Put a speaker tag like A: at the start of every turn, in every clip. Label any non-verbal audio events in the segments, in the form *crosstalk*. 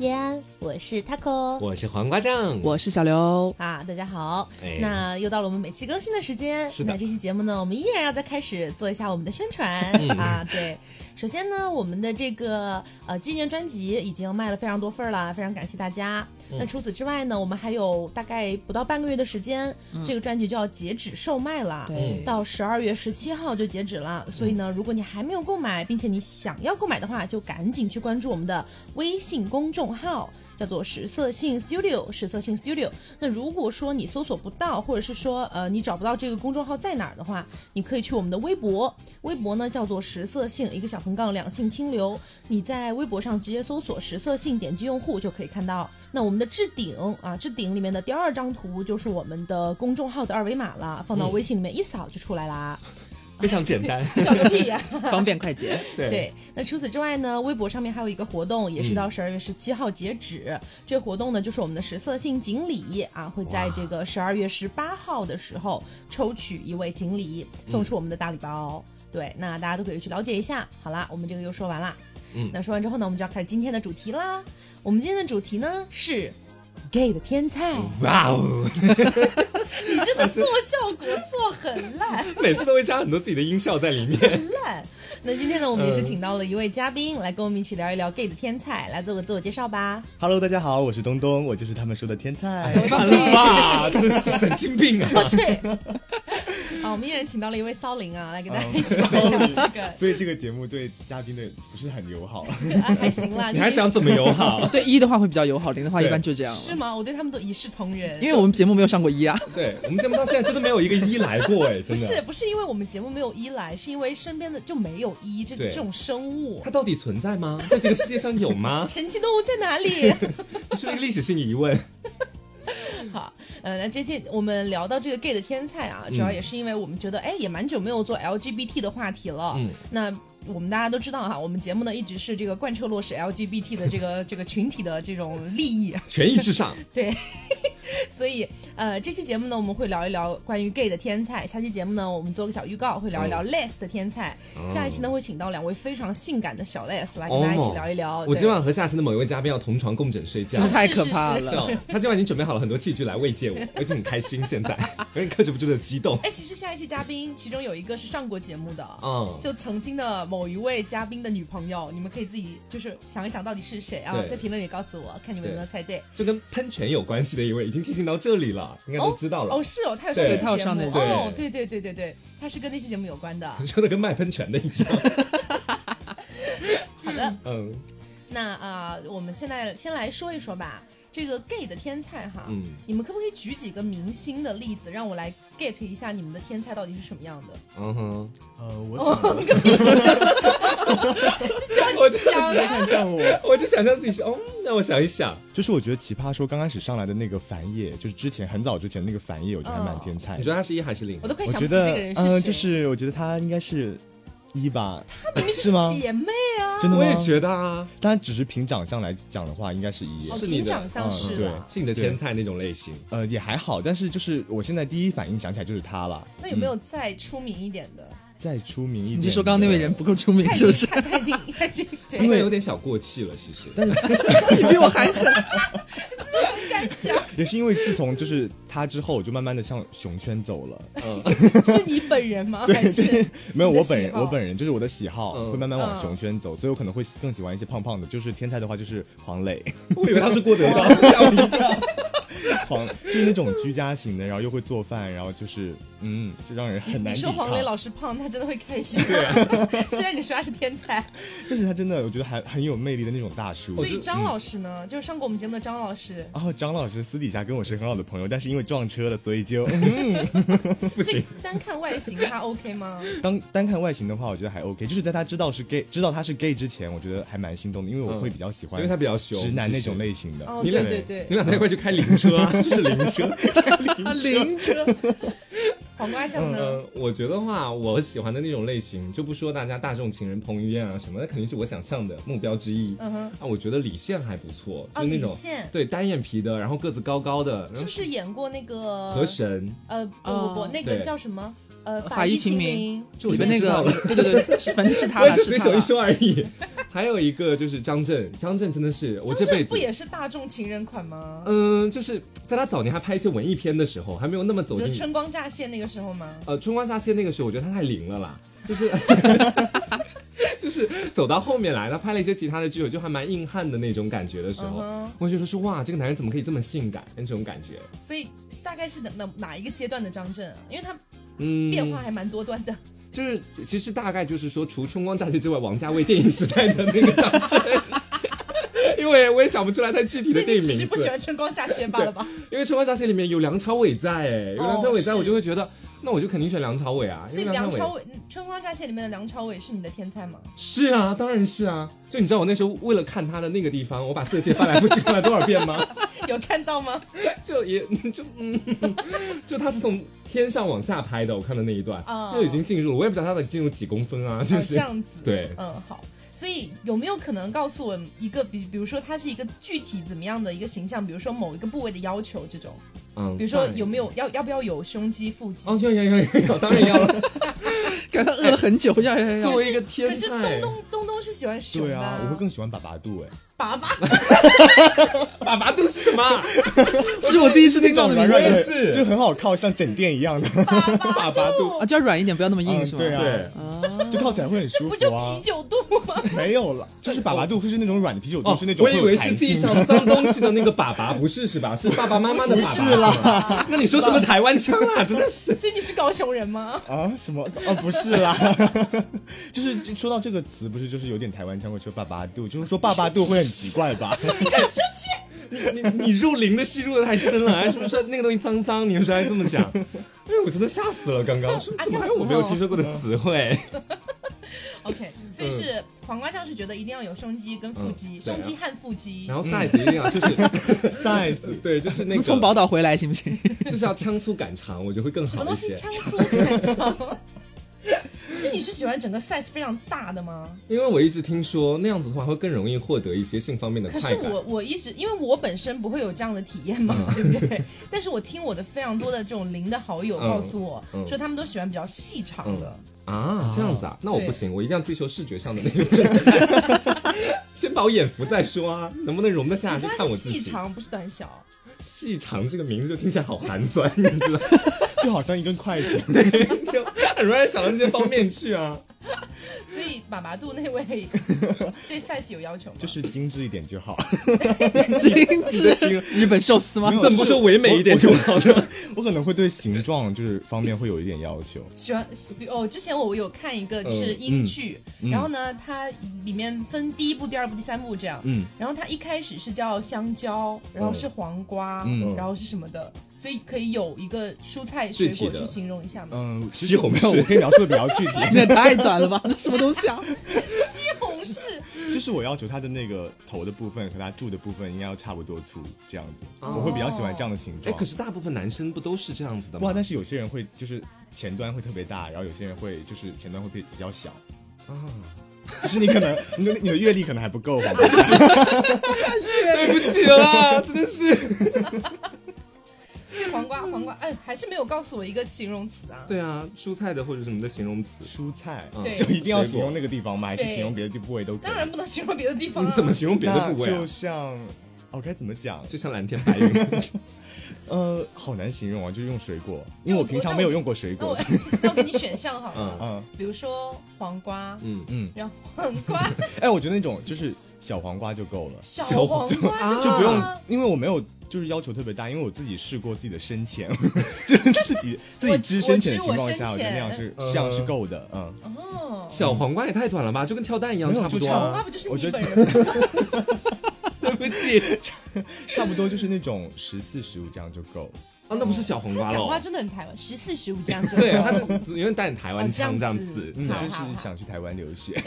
A: 叶安，我是 Taco，
B: 我是黄瓜酱，
C: 我是小刘。
A: 啊，大家好，
B: 哎
A: 那又到了我们每期更新的时间。
B: 是的
A: 那这期节目呢，我们依然要再开始做一下我们的宣传、
B: 嗯
A: 啊。对，首先呢，我们的这个呃纪念专辑已经卖了非常多份儿了，非常感谢大家。
B: 嗯
A: 那除此之外呢，我们还有大概不到半个月的时间，
B: 嗯
A: 这个专辑就要截止售卖了。
C: 对
A: 到十二月十七号就截止了，所以呢，如果你还没有购买，并且你想要购买的话，就赶紧去关注我们的微信公众号，叫做“实色性 Studio”，实色性 Studio。那如果说你搜索不到，或者是说呃你找不到这个公众号在哪儿的话，你可以去我们的微博，微博呢叫做“实色性”，一个小横杠两性清流。你在微博上直接搜索“实色性”，点击用户就可以看到。那我们的置顶啊，置顶里面的第二张图就是我们的公众号的二维码了，放到微信里面一扫就出来啦。
B: 非常简单。
A: 笑个屁呀、
C: 方便快捷，
A: *laughs*
B: 对嗯
A: 对，那除此之外呢，微博上面还有一个活动，也是到十二月十七号截止。这活动呢，就是我们的实色性锦鲤啊，会在这个十二月十八号的时候抽取一位锦鲤，送
B: 嗯
A: 出我们的大礼包。对，那大家都可以去了解一下。好啦，我们这个又说完啦。
B: 嗯
A: 那说完之后呢，我们就要开始今天的主题啦。我们今天的主题呢
B: 嗯
A: 是 gay 的天菜，
B: 哇哦，
A: 你真的做效果做很烂。 *laughs*
B: 每次都会加很多自己的音效在里面。
A: 烂。那今天呢，我们也是
B: 嗯
A: 请到了一位嘉宾来跟我们一起聊一聊 gay 的天才，来做个自我介绍吧。
D: Hello，大家好，我是东东，我就是他们说的天才。
B: *laughs* 犯了吧，真的是神经病啊！ *laughs*
A: 我去，啊，我们一人请到了一位骚灵啊，来给大
B: 哦
A: 家一起聊一聊这个。
D: 所以这个节目对嘉宾的不是很友好。
A: 啊，还行啦，
B: 你还想怎么友
A: *laughs*
B: 好？
C: 对一的话会比较友好，零的话一般就这样
A: 是
C: 了。
A: 吗？我对他们都一视同仁。
C: 因为我们节目没有上过一啊，
B: 对我们节目到现在真的没有一个一来过哎，
A: 不
B: 真
A: 是
B: 的。
A: 不是因为我们节目没有一来，是因为身边的就没有一这
B: 对
A: 这种生物
B: 它。到底存在吗？在这个世界上有吗？
A: 神奇动物在哪里？ *laughs*
B: 这是一个历史性疑问。
A: 好，呃，那这期我们聊到这个 gay 的天才啊，主要
B: 嗯
A: 也是因为我们觉得，哎、也蛮久没有做 LGBT 的话题了。
B: 嗯
A: 那我们大家都知道哈，我们节目呢一直是这个贯彻落实 LGBT 的这个这个群体的这种利益，
B: 权益至上，
A: 对。所以，呃，这期节目呢，我们会聊一聊关于 gay 的天才。下期节目呢，我们做个小预告，会聊一聊 les 的天才。下一期呢，会请到两位非常性感的小 les 来跟大家一起聊一聊。
B: 我
A: 哦对
B: 今晚和下期的某一位嘉宾要同床共枕睡觉
C: 真。是太
A: 是
C: 可怕
A: 是
B: 这
C: 了。
B: 样，他今晚已经准备好了很多器具来慰藉我，我已经很开心，
A: *laughs*
B: 现在有点克制不住的激动。
A: 哎，其实下一期嘉宾其中有一个是上过节目的，
B: 嗯
A: 就曾经的某一位嘉宾的女朋友，你们可以自己就是想一想到底是谁啊，
B: 对
A: 在评论里告诉我，看你们有没有猜对。
B: 就跟喷泉有关系的一位，已经提醒到这里了，应该都知道了。
A: 哦，是哦，他有上
B: 对
A: 那期
C: 他有上
A: 节目
C: 那期
A: 哦，对对对对对，他是跟那期节目有关的。
B: 说的跟卖喷泉的一样。
A: *laughs* 好的，
B: *laughs* 嗯
A: 那呃，我们现在先来说一说吧，这个 gay 的天菜哈，
B: 嗯
A: 你们可不可以举几个明星的例子，让我来 get 一下你们的天菜到底是什么样的？
B: 嗯哼，
D: 呃， *laughs* 我想
B: 我就
D: 不要看上我，
B: 我就想象自己是，哦，让我想一想，
D: 就是我觉得奇葩说刚开始上来的那个樊野，就是之前很早之前那个樊野，我觉得还蛮天才
B: 你
D: 的。
B: 觉得他是一还是零
A: 我？都快
D: 我
A: 想不
D: 觉
A: 起这
D: 得
A: 个人，是
D: 嗯、
A: 谁，
D: 就是我觉得他应该是一吧，是吗？
A: 姐妹啊，
D: 真的
B: 我
D: 吗？
B: 也觉得啊，
D: 当然，只是凭长相来讲的话，应该是一。
A: 哦，
B: 是你
A: 凭
B: 的啊
A: 长相
D: 嗯
A: 是
D: 对
A: 的。
B: 是你的天才那种类型。
D: 呃，也还好，但是就是我现在第一反应想起来就是他了。
A: 那有没有再出名一点的？
D: 再出名一点，
C: 你是说刚刚那位人？不够出名
A: 太近
C: 是不是？
A: 太太近太近，对，
B: 因为有点小过气了，其实。但是
C: 你比我还狠。
A: 敢讲
D: 也是因为自从就是他之后，我就慢慢的向熊圈走了。
B: 嗯
A: 是你本人
D: *laughs*
A: 吗？还是
D: 没有
A: 你的
D: 我本
A: 喜
D: 人，
A: 好
D: 我本人就是我的喜好、
B: 嗯
D: 会慢慢
A: 嗯
D: 往熊圈走，所以我可能会更喜欢一些胖胖的。就是天才的话，就是黄磊，
B: 我以为他是郭德 *laughs* 纲，吓我一跳。
D: 黄就是那种居家型的，然后又会做饭，然后就是嗯，就让人很难啊
A: 你
D: 抵
A: 说
D: 抗。
A: 黄磊老师胖，他真的会开心吗？ *laughs* 虽然你说他是天才，
D: 但是他真的我觉得还很有魅力的那种大叔。
A: 所以张老师呢，就是上过我们节目的张老师，
D: 然后张老师私底下跟我是很好的朋友，但是因为撞车了，所以就 *laughs*
B: 不
A: 这
B: 行，
A: 单看外形他 OK 吗？
D: 当单看外形的话，我觉得还 OK。就是在他知道是 gay，知道他是 gay 之前，我觉得还蛮心动的，因为我会比较喜
B: 嗯
D: 欢，
B: 因为他比较熊
D: 直男那
B: 其实
D: 种类型的。
A: 哦，
B: 你
A: 对
B: 俩
A: 对对
B: 你，俩太快去开灵车啊，就是灵 *laughs* 车。
A: 啊
C: 灵车，
A: 黄瓜酱呢？
B: 呃，我觉得话，我喜欢的那种类型，就不说大家大众情人彭于晏啊什么，那肯定是我想上的目标之一。
A: 嗯哼
B: 啊，我觉得李现还不错，
A: 啊
B: 就那
A: 李
B: 种、嗯
A: 现
B: 对单眼皮的，然后个子高高的，然
A: 是
B: 后
A: 不是演过那个
B: 河神，
A: 呃，不不不，
C: 哦
A: 那个
B: 对
A: 叫什么？呃，
C: 法
A: 法
C: 医
A: 医
C: 秦
A: 秦
C: 明
A: 明。
B: 就我
C: 里
B: 就
C: 面那
B: 知道
C: 个
B: 了，
C: 对对对，是反正是他
B: 我也
C: 了，
B: 是
C: 是
B: 随
C: 他
B: 手一
C: 了。
B: 说而已。 *laughs* 还有一个就是张震，张震真的是我这辈子
A: 不也是大众情人款吗？
B: 嗯，就是在他早年还拍一些文艺片的时候，还没有那么走
A: 比如
B: 进
A: 春光乍泄那个时候吗？
B: 呃，春光乍泄那个时候，我觉得他太灵了啦，就是 *laughs* 就是走到后面来，他拍了一些其他的剧，我就还蛮硬汉的那种感觉的时候
A: 嗯哼
B: 我就觉得说哇，这个男人怎么可以这么性感那种感觉？
A: 所以大概是哪哪哪一个阶段的张震啊？因为他
B: 嗯，
A: 变化还蛮多端的。
B: 就是其实大概就是说，除春光乍泄之外，王家卫电影时代的那个张震。 *laughs* 因为我也想不出来他具
A: 所
B: 体的
A: 以
B: 电
A: 你
B: 影
A: 只
B: 名
A: 是
B: 字，
A: 不喜欢春光乍泄罢了
B: *laughs*
A: 吧？
B: 因为《春光乍泄》里面有梁朝伟在，哎，有梁朝伟在，
A: 哦是
B: 我就会觉得，那我就肯定选梁朝伟啊，因
A: 所
B: 为
A: 以
B: 梁
A: 梁
B: 朝
A: 朝
B: 伟
A: 伟，《春光乍泄》里面的梁朝伟是你的天才吗？ *laughs*
B: 是啊，当然是啊。就你知道我那时候为了看他的那个地方，我把《色戒》翻来覆去看了多少遍吗？
A: 有看到吗？
B: 就也就嗯， *laughs* 就他是从天上往下拍的，我看的那一段
A: 哦
B: 就已经进入，我也不知道他得进入几公分啊，就
A: 哦
B: 是
A: 这样子。
B: 对
A: 嗯，好。所以有没有可能告诉我一个，比比如说他是一个具体怎么样的一个形象，比如说某一个部位的要求这种，
B: 嗯，
A: 比如说
B: 算
A: 有没有要要不要有胸肌、腹肌？
B: 哦，有有有有有，当然要了。
C: 感觉饿了很久，要要要
B: 作
C: 要，
B: 为一个天
A: 可是东
B: 才，
A: 东东东是喜欢熊
D: 对
A: 的、
D: 啊，我会更喜欢爸爸度哎、
A: 粑
B: *laughs*
A: 粑。
B: *laughs* 爸爸都是什
D: *laughs*
B: 么？
C: 这是我第一次听到的名
B: 我也
C: 字
B: 是
D: 就很好靠，像枕垫一样的，
B: 爸爸都
C: 啊，就要软一点，不要那么硬，
D: 嗯
C: 是吧？
D: *laughs* 对
B: 对
D: 啊，就靠起来会很舒
A: 不就
D: 服啊
A: 啤。酒肚吗？ *laughs*
D: 没有了，就是爸爸度会是那种软的啤酒肚，
B: 哦
D: 是那，种
B: 我
D: 会
B: 以
D: 有
B: 为
D: 弹
B: 是地
D: 性的
B: 上脏东西的那个粑粑， *laughs* 不是是吧？是爸爸妈妈的粑粑。
D: 不是啦
B: 吧那你说什么台湾腔啊？ *laughs* 真的是。
A: 所以你是高雄人吗？
D: 啊，什么啊？不是啦， *laughs* 就是就说到这个词，不是就是有点台湾腔，会说爸爸度，就是说爸爸度会很奇怪吧？
B: 你你入林的戏入的太深了，还说说那个东西脏脏，你们说还这么讲？哎，我真的吓死了，刚刚说
A: 啊
B: 怎么还
A: 这样子
B: 有我没有
A: 哦
B: 听说过的词汇？
A: OK，所以是黄瓜酱是觉得一定要有胸肌跟腹肌，
B: 嗯对啊
A: 胸肌和腹肌
B: 然。后 size 一定要就是
A: *laughs*
D: size
B: 对，就是
C: 我
B: 那
C: 们从
B: 个
C: 宝岛回来行不行？
B: 就是要枪粗赶长，我觉得会更
A: 什么
B: 好
A: 东
B: 一
A: 西
B: 些。
A: 枪粗太长？ *laughs* 所以你是喜欢整个 size 非常大的吗？
B: 因为我一直听说那样子的话会更容易获得一些性方面的
A: 可
B: 快
A: 是
B: 感。
A: 我我一直因为我本身不会有这样的体验嘛，*laughs*
B: 嗯
A: 对不对？但是我听我的非常多的这种零的好友
B: 嗯
A: 告诉我、
B: 嗯
A: 说，他们都喜欢比较细长的。
B: 啊，这样子啊，那我
A: 对
B: 不行，我一定要追求视觉上的那个状态 *laughs* 先把我眼福再说啊，能不能容得下
A: 可是
B: 就
A: 它
B: 看
A: 是
B: 我自
A: 细
B: 己。
A: 长，不是短小。
B: 细长这个名字就听起来好寒酸， *laughs* 你知道吗，
D: 就好像一根筷子。
B: 就很容易想到这些方面去啊。
A: 所以粑粑肚那位
B: *laughs*
A: 对 size 有要求吗？
D: 就是精致一点就好。 *laughs*
C: 精致日本寿司吗
D: 没？有
B: 怎么不说唯美一点就好呢？
D: 我可能会对形状就是方面会有一点要求。
A: 喜欢比哦，之前我有看一个
B: 嗯
A: 就是英剧，然后呢，它里面分第一部、第二部、第三部这样，
D: 嗯
A: 然后它一开始是叫香蕉，然后是黄瓜，
D: 嗯
A: 然后是什么的，所以可以有一个蔬菜
B: 具
A: 水
B: 体
A: 果
B: 的
A: 去形容一下 *laughs* 吗？
D: 嗯，其
B: 西
D: 实
B: 红
D: 没有
B: 柿
D: 我可以描述的比较具体，
C: 你也太短了吧，什么东西啊？
A: 西红柿，
D: 就是我要求它的那个头的部分和它柱的部分应该要差不多粗，这样子，
B: 哦
D: 我会比较喜欢这样的形
B: 哎，
D: 状
B: 可。是大部分男生不都是这样子的
D: 哇，
B: 吗？
D: 但是有些人会就是前端会特别大，然后有些人会就是前端会比比较小，
A: 哦
B: 啊，
D: 就是你
A: *laughs*
D: 可能你的你的阅历可能还不够吧？对不起
B: 对不起啦，真的是。
A: 这黄瓜，黄瓜，哎，还是没有告诉我一个形容词啊。
B: *laughs* 嗯对啊，蔬菜的或者什么的形容词，
D: 蔬菜
B: 嗯
A: 对
D: 就一定要形
B: 水果
D: 容那个地方吗？还是
A: 对
D: 形容别的部位都可以？
A: 当然不能形容别的地方、啊。
B: 你怎么形容别的部位
D: 那
B: 啊
D: 就？像哦，该怎么讲？
B: 就像蓝天 *laughs* 白云，
D: 呃，好难形容啊，就是用水果，因为我平常没有用过水
A: 那
D: 果
A: 我。 *laughs* 那我给你选项好了，
B: 嗯
D: 嗯，
A: 比如说黄瓜，
B: 嗯，
D: 嗯，
A: 然后黄瓜，
D: 哎，我觉得那种就是小黄瓜就够了，
A: *laughs* 小
B: 小
A: 黄瓜
B: 就
D: 就不用
A: 啊，
D: 因为我没有就是要求特别大，因为我自己试过自己的深浅， *laughs* 就是自
A: *laughs*
D: 己自己知深浅的情况下，
A: 我知我深
D: 我觉
A: 浅
D: 得那样是
B: 嗯
D: 这样是够的，嗯。
A: 哦，
B: 小黄瓜也太短了吧，就跟跳蛋一样
D: 没有
B: 差不
D: 就
B: 多
D: 差
A: 小
B: 啊。
A: 花不就是
D: 我
A: 你
D: 觉得
A: 本人吗？
B: 对不起，
D: 差不多就是那种十四十五这样就够。
B: 啊，那不是小黄瓜
A: 讲话
B: 喽？
A: 真的很台湾，十四十五这样子。
B: *laughs* 对，啊他就有点带点台湾
A: 哦这样
B: 腔这样
A: 子
B: 子。
D: 嗯，
A: 好
D: 就
A: 好
D: 是想去台湾留学，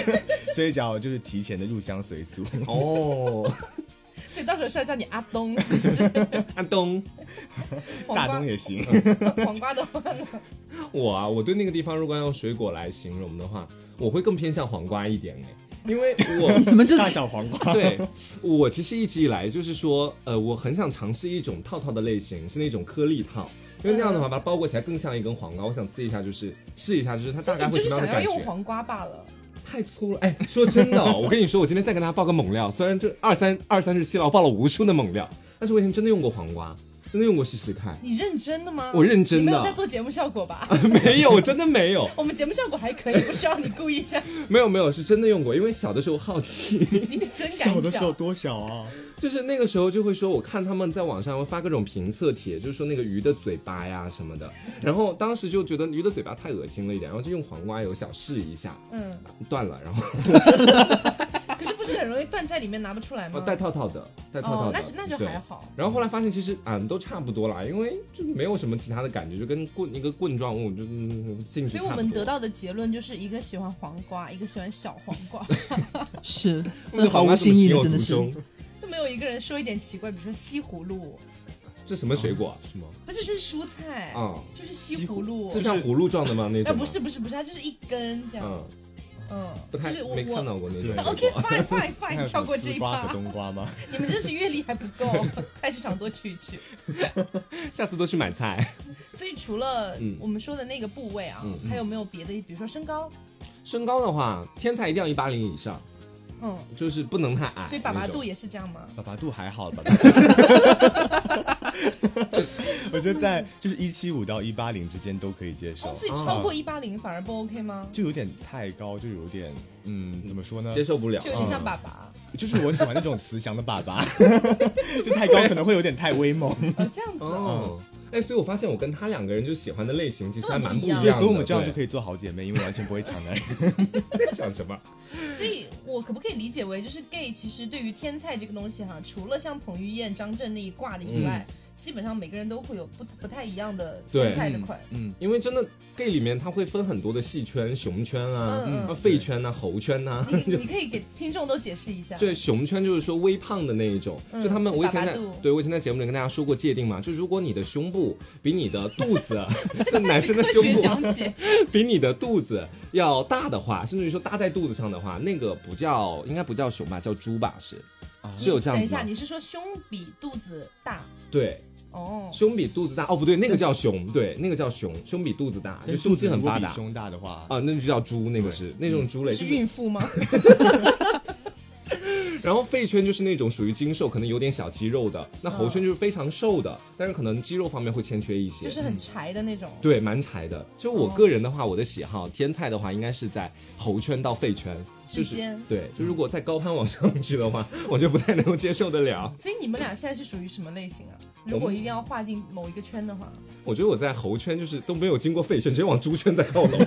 D: *laughs* 所以讲就是提前的入乡随俗。
B: 哦， *laughs*
A: 所以到时候是要叫你阿东，是不是
B: 阿东，
A: 黄瓜
D: 大东也行，
A: *laughs* 黄瓜的话
B: *laughs*
A: 呢？
B: 我啊，我对那个地方如果要用水果来形容的话，我会更偏向黄瓜一点哎，因为我
C: *laughs* 你们这
D: 大小黄
A: *laughs*
D: 瓜。
B: 对我其实一直以来就是说，呃，我很想尝试一种套套的类型，是那种颗粒套。因为那样的话，把它包裹起来更像一个黄瓜。我想刺一下，就是试一下，就是它
A: 所
B: 大
A: 以
B: 概
A: 你
B: 会
A: 就是
B: 什么
A: 想
B: 样的
A: 要
B: 感
A: 用
B: 觉？
A: 黄瓜罢了。
B: 太粗了。哎，说
A: *laughs*
B: 真的哦、我跟你说，我今天再跟大家爆个猛料，虽然这二三二三十期了，我爆了无数的猛料，但是我以前真的用过黄瓜，真的用过试
A: *laughs*
B: 试看，
A: 你认真的吗？
B: 我认真
A: 你
B: 的
A: 没有在做节目效果
B: *laughs*
A: 吧？
B: 没有，我真的没有，
A: 我们节目效果还可以，不需要你故意这样。
B: 没有没有，是真的用过，因为小的时候好奇。 *laughs*
A: 你真
D: 小
A: 敢
D: 的时候
A: 讲，
D: 多小 *laughs* 啊！
B: 就是那个时候就会说，我看他们在网上会发各种评测帖，就是说那个鱼的嘴巴呀什么的，然后当时就觉得鱼的嘴巴太恶心了一点，然后就用黄瓜油小试一下，
A: 嗯，
B: 断了，然后
A: 可是不是很容易断在里面拿不出来
B: 哦
A: 吗？
B: 带套套的，带套套
A: 哦，
B: 的，
A: 那就那就
B: 对
A: 还。好。
B: 然后后来发现其实啊、嗯都差不多啦，因为就没有什么其他的感觉，就跟棍一个棍状物就、嗯、性
A: 所以
B: 质差不多。
A: 我们得到的结论就是一个喜欢黄瓜，一个喜欢小黄
B: *laughs*
A: 瓜，
C: 是，
B: 我们
C: 那
B: 的
C: 毫
B: 黄
C: 无
B: 瓜怎
C: 新
B: 么
C: 意
B: 情
C: 的，
B: 有
C: 真的
B: 独
C: 是。
B: 钟
A: 就没有一个人说一点奇怪，比如说西葫芦，
B: 这什么水果？
D: 是吗？
A: 不是这是蔬菜，
B: 啊、
A: 就是西葫芦
B: 这。像葫芦状的吗？那
A: 哎，
B: 种吗？
A: 不是不是不是，它就是一根这样，
B: 嗯，
A: 嗯，
B: 不
A: 就
B: 太
A: 是我
B: 没看
A: 我。
B: 到过那种
D: 对
B: 水果。
A: OK fine fine
B: *laughs*
D: 还
A: fine，
D: 有
A: 跳过这一
D: 丝瓜
A: 趴
D: 和。冬瓜吗？
A: 你们真是阅历还不够，菜市场多去一去。
B: 下次多去买菜。
A: 所以除了
B: 嗯
A: 我们说的那个部位啊，
B: 嗯
A: 还有没有别的？比如说身高，
B: 身高的话，天才一定要一八零以上，
A: 嗯，
B: 就是不能太矮那种。
A: 所以粑粑肚也是这样吗？
D: 爸爸肚还
A: *laughs*
D: 好吧？ *laughs* 我觉得在就是一七五到一八零之间都可以接受
A: 哦，，
B: 嗯
A: 所以超过一八零反而不 OK 吗？
D: 就有点太高，就有点嗯，怎么说呢？
B: 接受不了
A: 就。有点像粑粑。
D: 就是我喜欢那种慈祥的爸 *laughs* 爸，就太高可能会有点太威猛。
A: 哦，这样子啊。
B: 嗯哦，哎，所以我发现我跟他两个人就喜欢的类型其实还蛮不一样
D: 对，
B: 的。
D: 所以我们这样就
B: 对
D: 可以做好姐妹，因为完全不会抢 *laughs* 男人。
B: 在想什么？
A: 所以，我可不可以理解为，就是 gay 其实对于天菜这个东西哈，除了像彭于晏、张震那一挂的以外，基本上每个人都会有不不太一样的
B: 嗯对
A: 天菜的款。
D: 嗯，
B: 因为真的 gay 里面他会分很多的戏圈、熊圈啊、
A: 嗯嗯
B: 肺圈啊、猴圈啊。
A: 你
B: *laughs*
A: 你可以给听众都解释一下。
B: 对，熊圈就是说微胖的那一种，
A: 嗯
B: 就他们我以前在
A: 粑粑肚
B: 对我以前在节目里跟大家说过界定嘛，就如果你的胸部比你的肚子，
A: *laughs*
B: 就男生的
A: 科
B: 胸
A: 学
B: 部
A: 讲解，
B: *laughs* 比你的肚子要大的话，甚至于说搭在肚子上的话，那个不叫应该不叫熊吧，叫猪吧是，
D: 哦
B: 是有这样
A: 等一
B: 子吗
A: 下，？你是说胸比肚子大？
B: 对，
A: 哦，
B: 胸比肚子大哦，不对，那个叫熊，对，那个叫熊，胸比肚子大，就
D: 就
B: 胸
D: 肚
B: 肌
D: 子
B: 很
D: 如果
B: 发
D: 比
B: 达啊、
D: 胸大的话，
B: 那就叫猪，那个是那种猪类，
A: 是
B: 就
A: 孕
B: 是
A: 妇吗？
B: 然后肺圈就是那种属于精瘦，可能有点小肌肉的，那猴圈就是非常瘦的，但是可能肌肉方面会欠缺一些，
A: 就是很柴的那种。
B: 对，蛮柴的。就我个人的话，我的喜好天菜的话，应该是在猴圈到肺圈就
A: 之
B: 是
A: 间
B: 对，就如果再高攀往上去的话，我就不太能够接受得了。
A: 所以你们俩现在是属于什么类型啊？
B: 们
A: 如果一定要划进某一个圈的话，
B: 我觉得我在猴圈就是都没有经过肺圈，直接往猪圈在
A: *laughs*
B: 靠拢。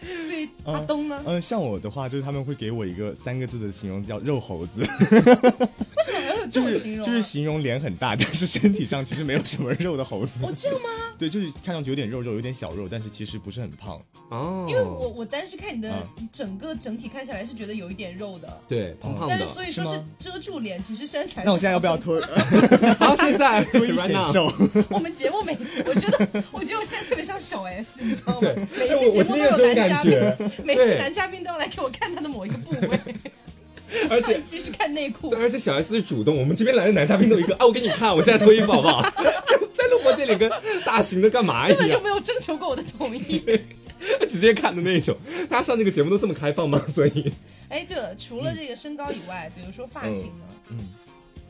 A: 所以阿东呢？
D: 嗯，像我的话，就是他们会给我一个三个字的形容，叫“肉猴子
A: 为什么还会有”，这
D: 就
A: 种
D: 是
A: 形容
D: 就
A: 啊？
D: 是形容脸很大，但是身体上其实没有什么肉的猴子。
A: *laughs* 哦，这样吗？
D: 对，就是看上去有点肉肉，有点小肉，但是其实不是很
A: *laughs*
D: 胖。
B: 哦，
A: 因为我我单是看你的
D: 啊
A: 整个整体看下来是觉得有一点肉的，
B: 对胖胖
A: 但是
B: 的，
A: 所以说
D: 是
A: 是
D: 吗
A: 遮住脸，其实身材。
D: 那我现在要不要？脱
A: *laughs*
B: 然后现在
D: 脱衣显
B: Joanna
D: 瘦？ *laughs*
A: 我们节目每次，我觉得 *laughs* 我觉得我现在特别像小 S，你知道吗
B: 对？
A: 每一期节目都
B: 我我今天有这
A: 有
B: 种
A: 男嘉宾
B: 感，
A: *laughs* 每次
B: 对
A: 男嘉宾都要来给我看他的某一个部位。
B: 而且
A: 上一期是看内裤
B: 对，，而且小 S 是主动，我们这边来的男嘉宾都有一个，啊，我给你看，我现在脱衣服好不好？ *laughs* 就在录播间里跟大型的干嘛一
A: 根本就
B: 样，
A: 没有征求过我的同意。
B: 直接看的那种。大家上这个节目都这么开放吗？ *laughs* 所以
A: 哎，对了，除了这个身高以外，比如说发型呢？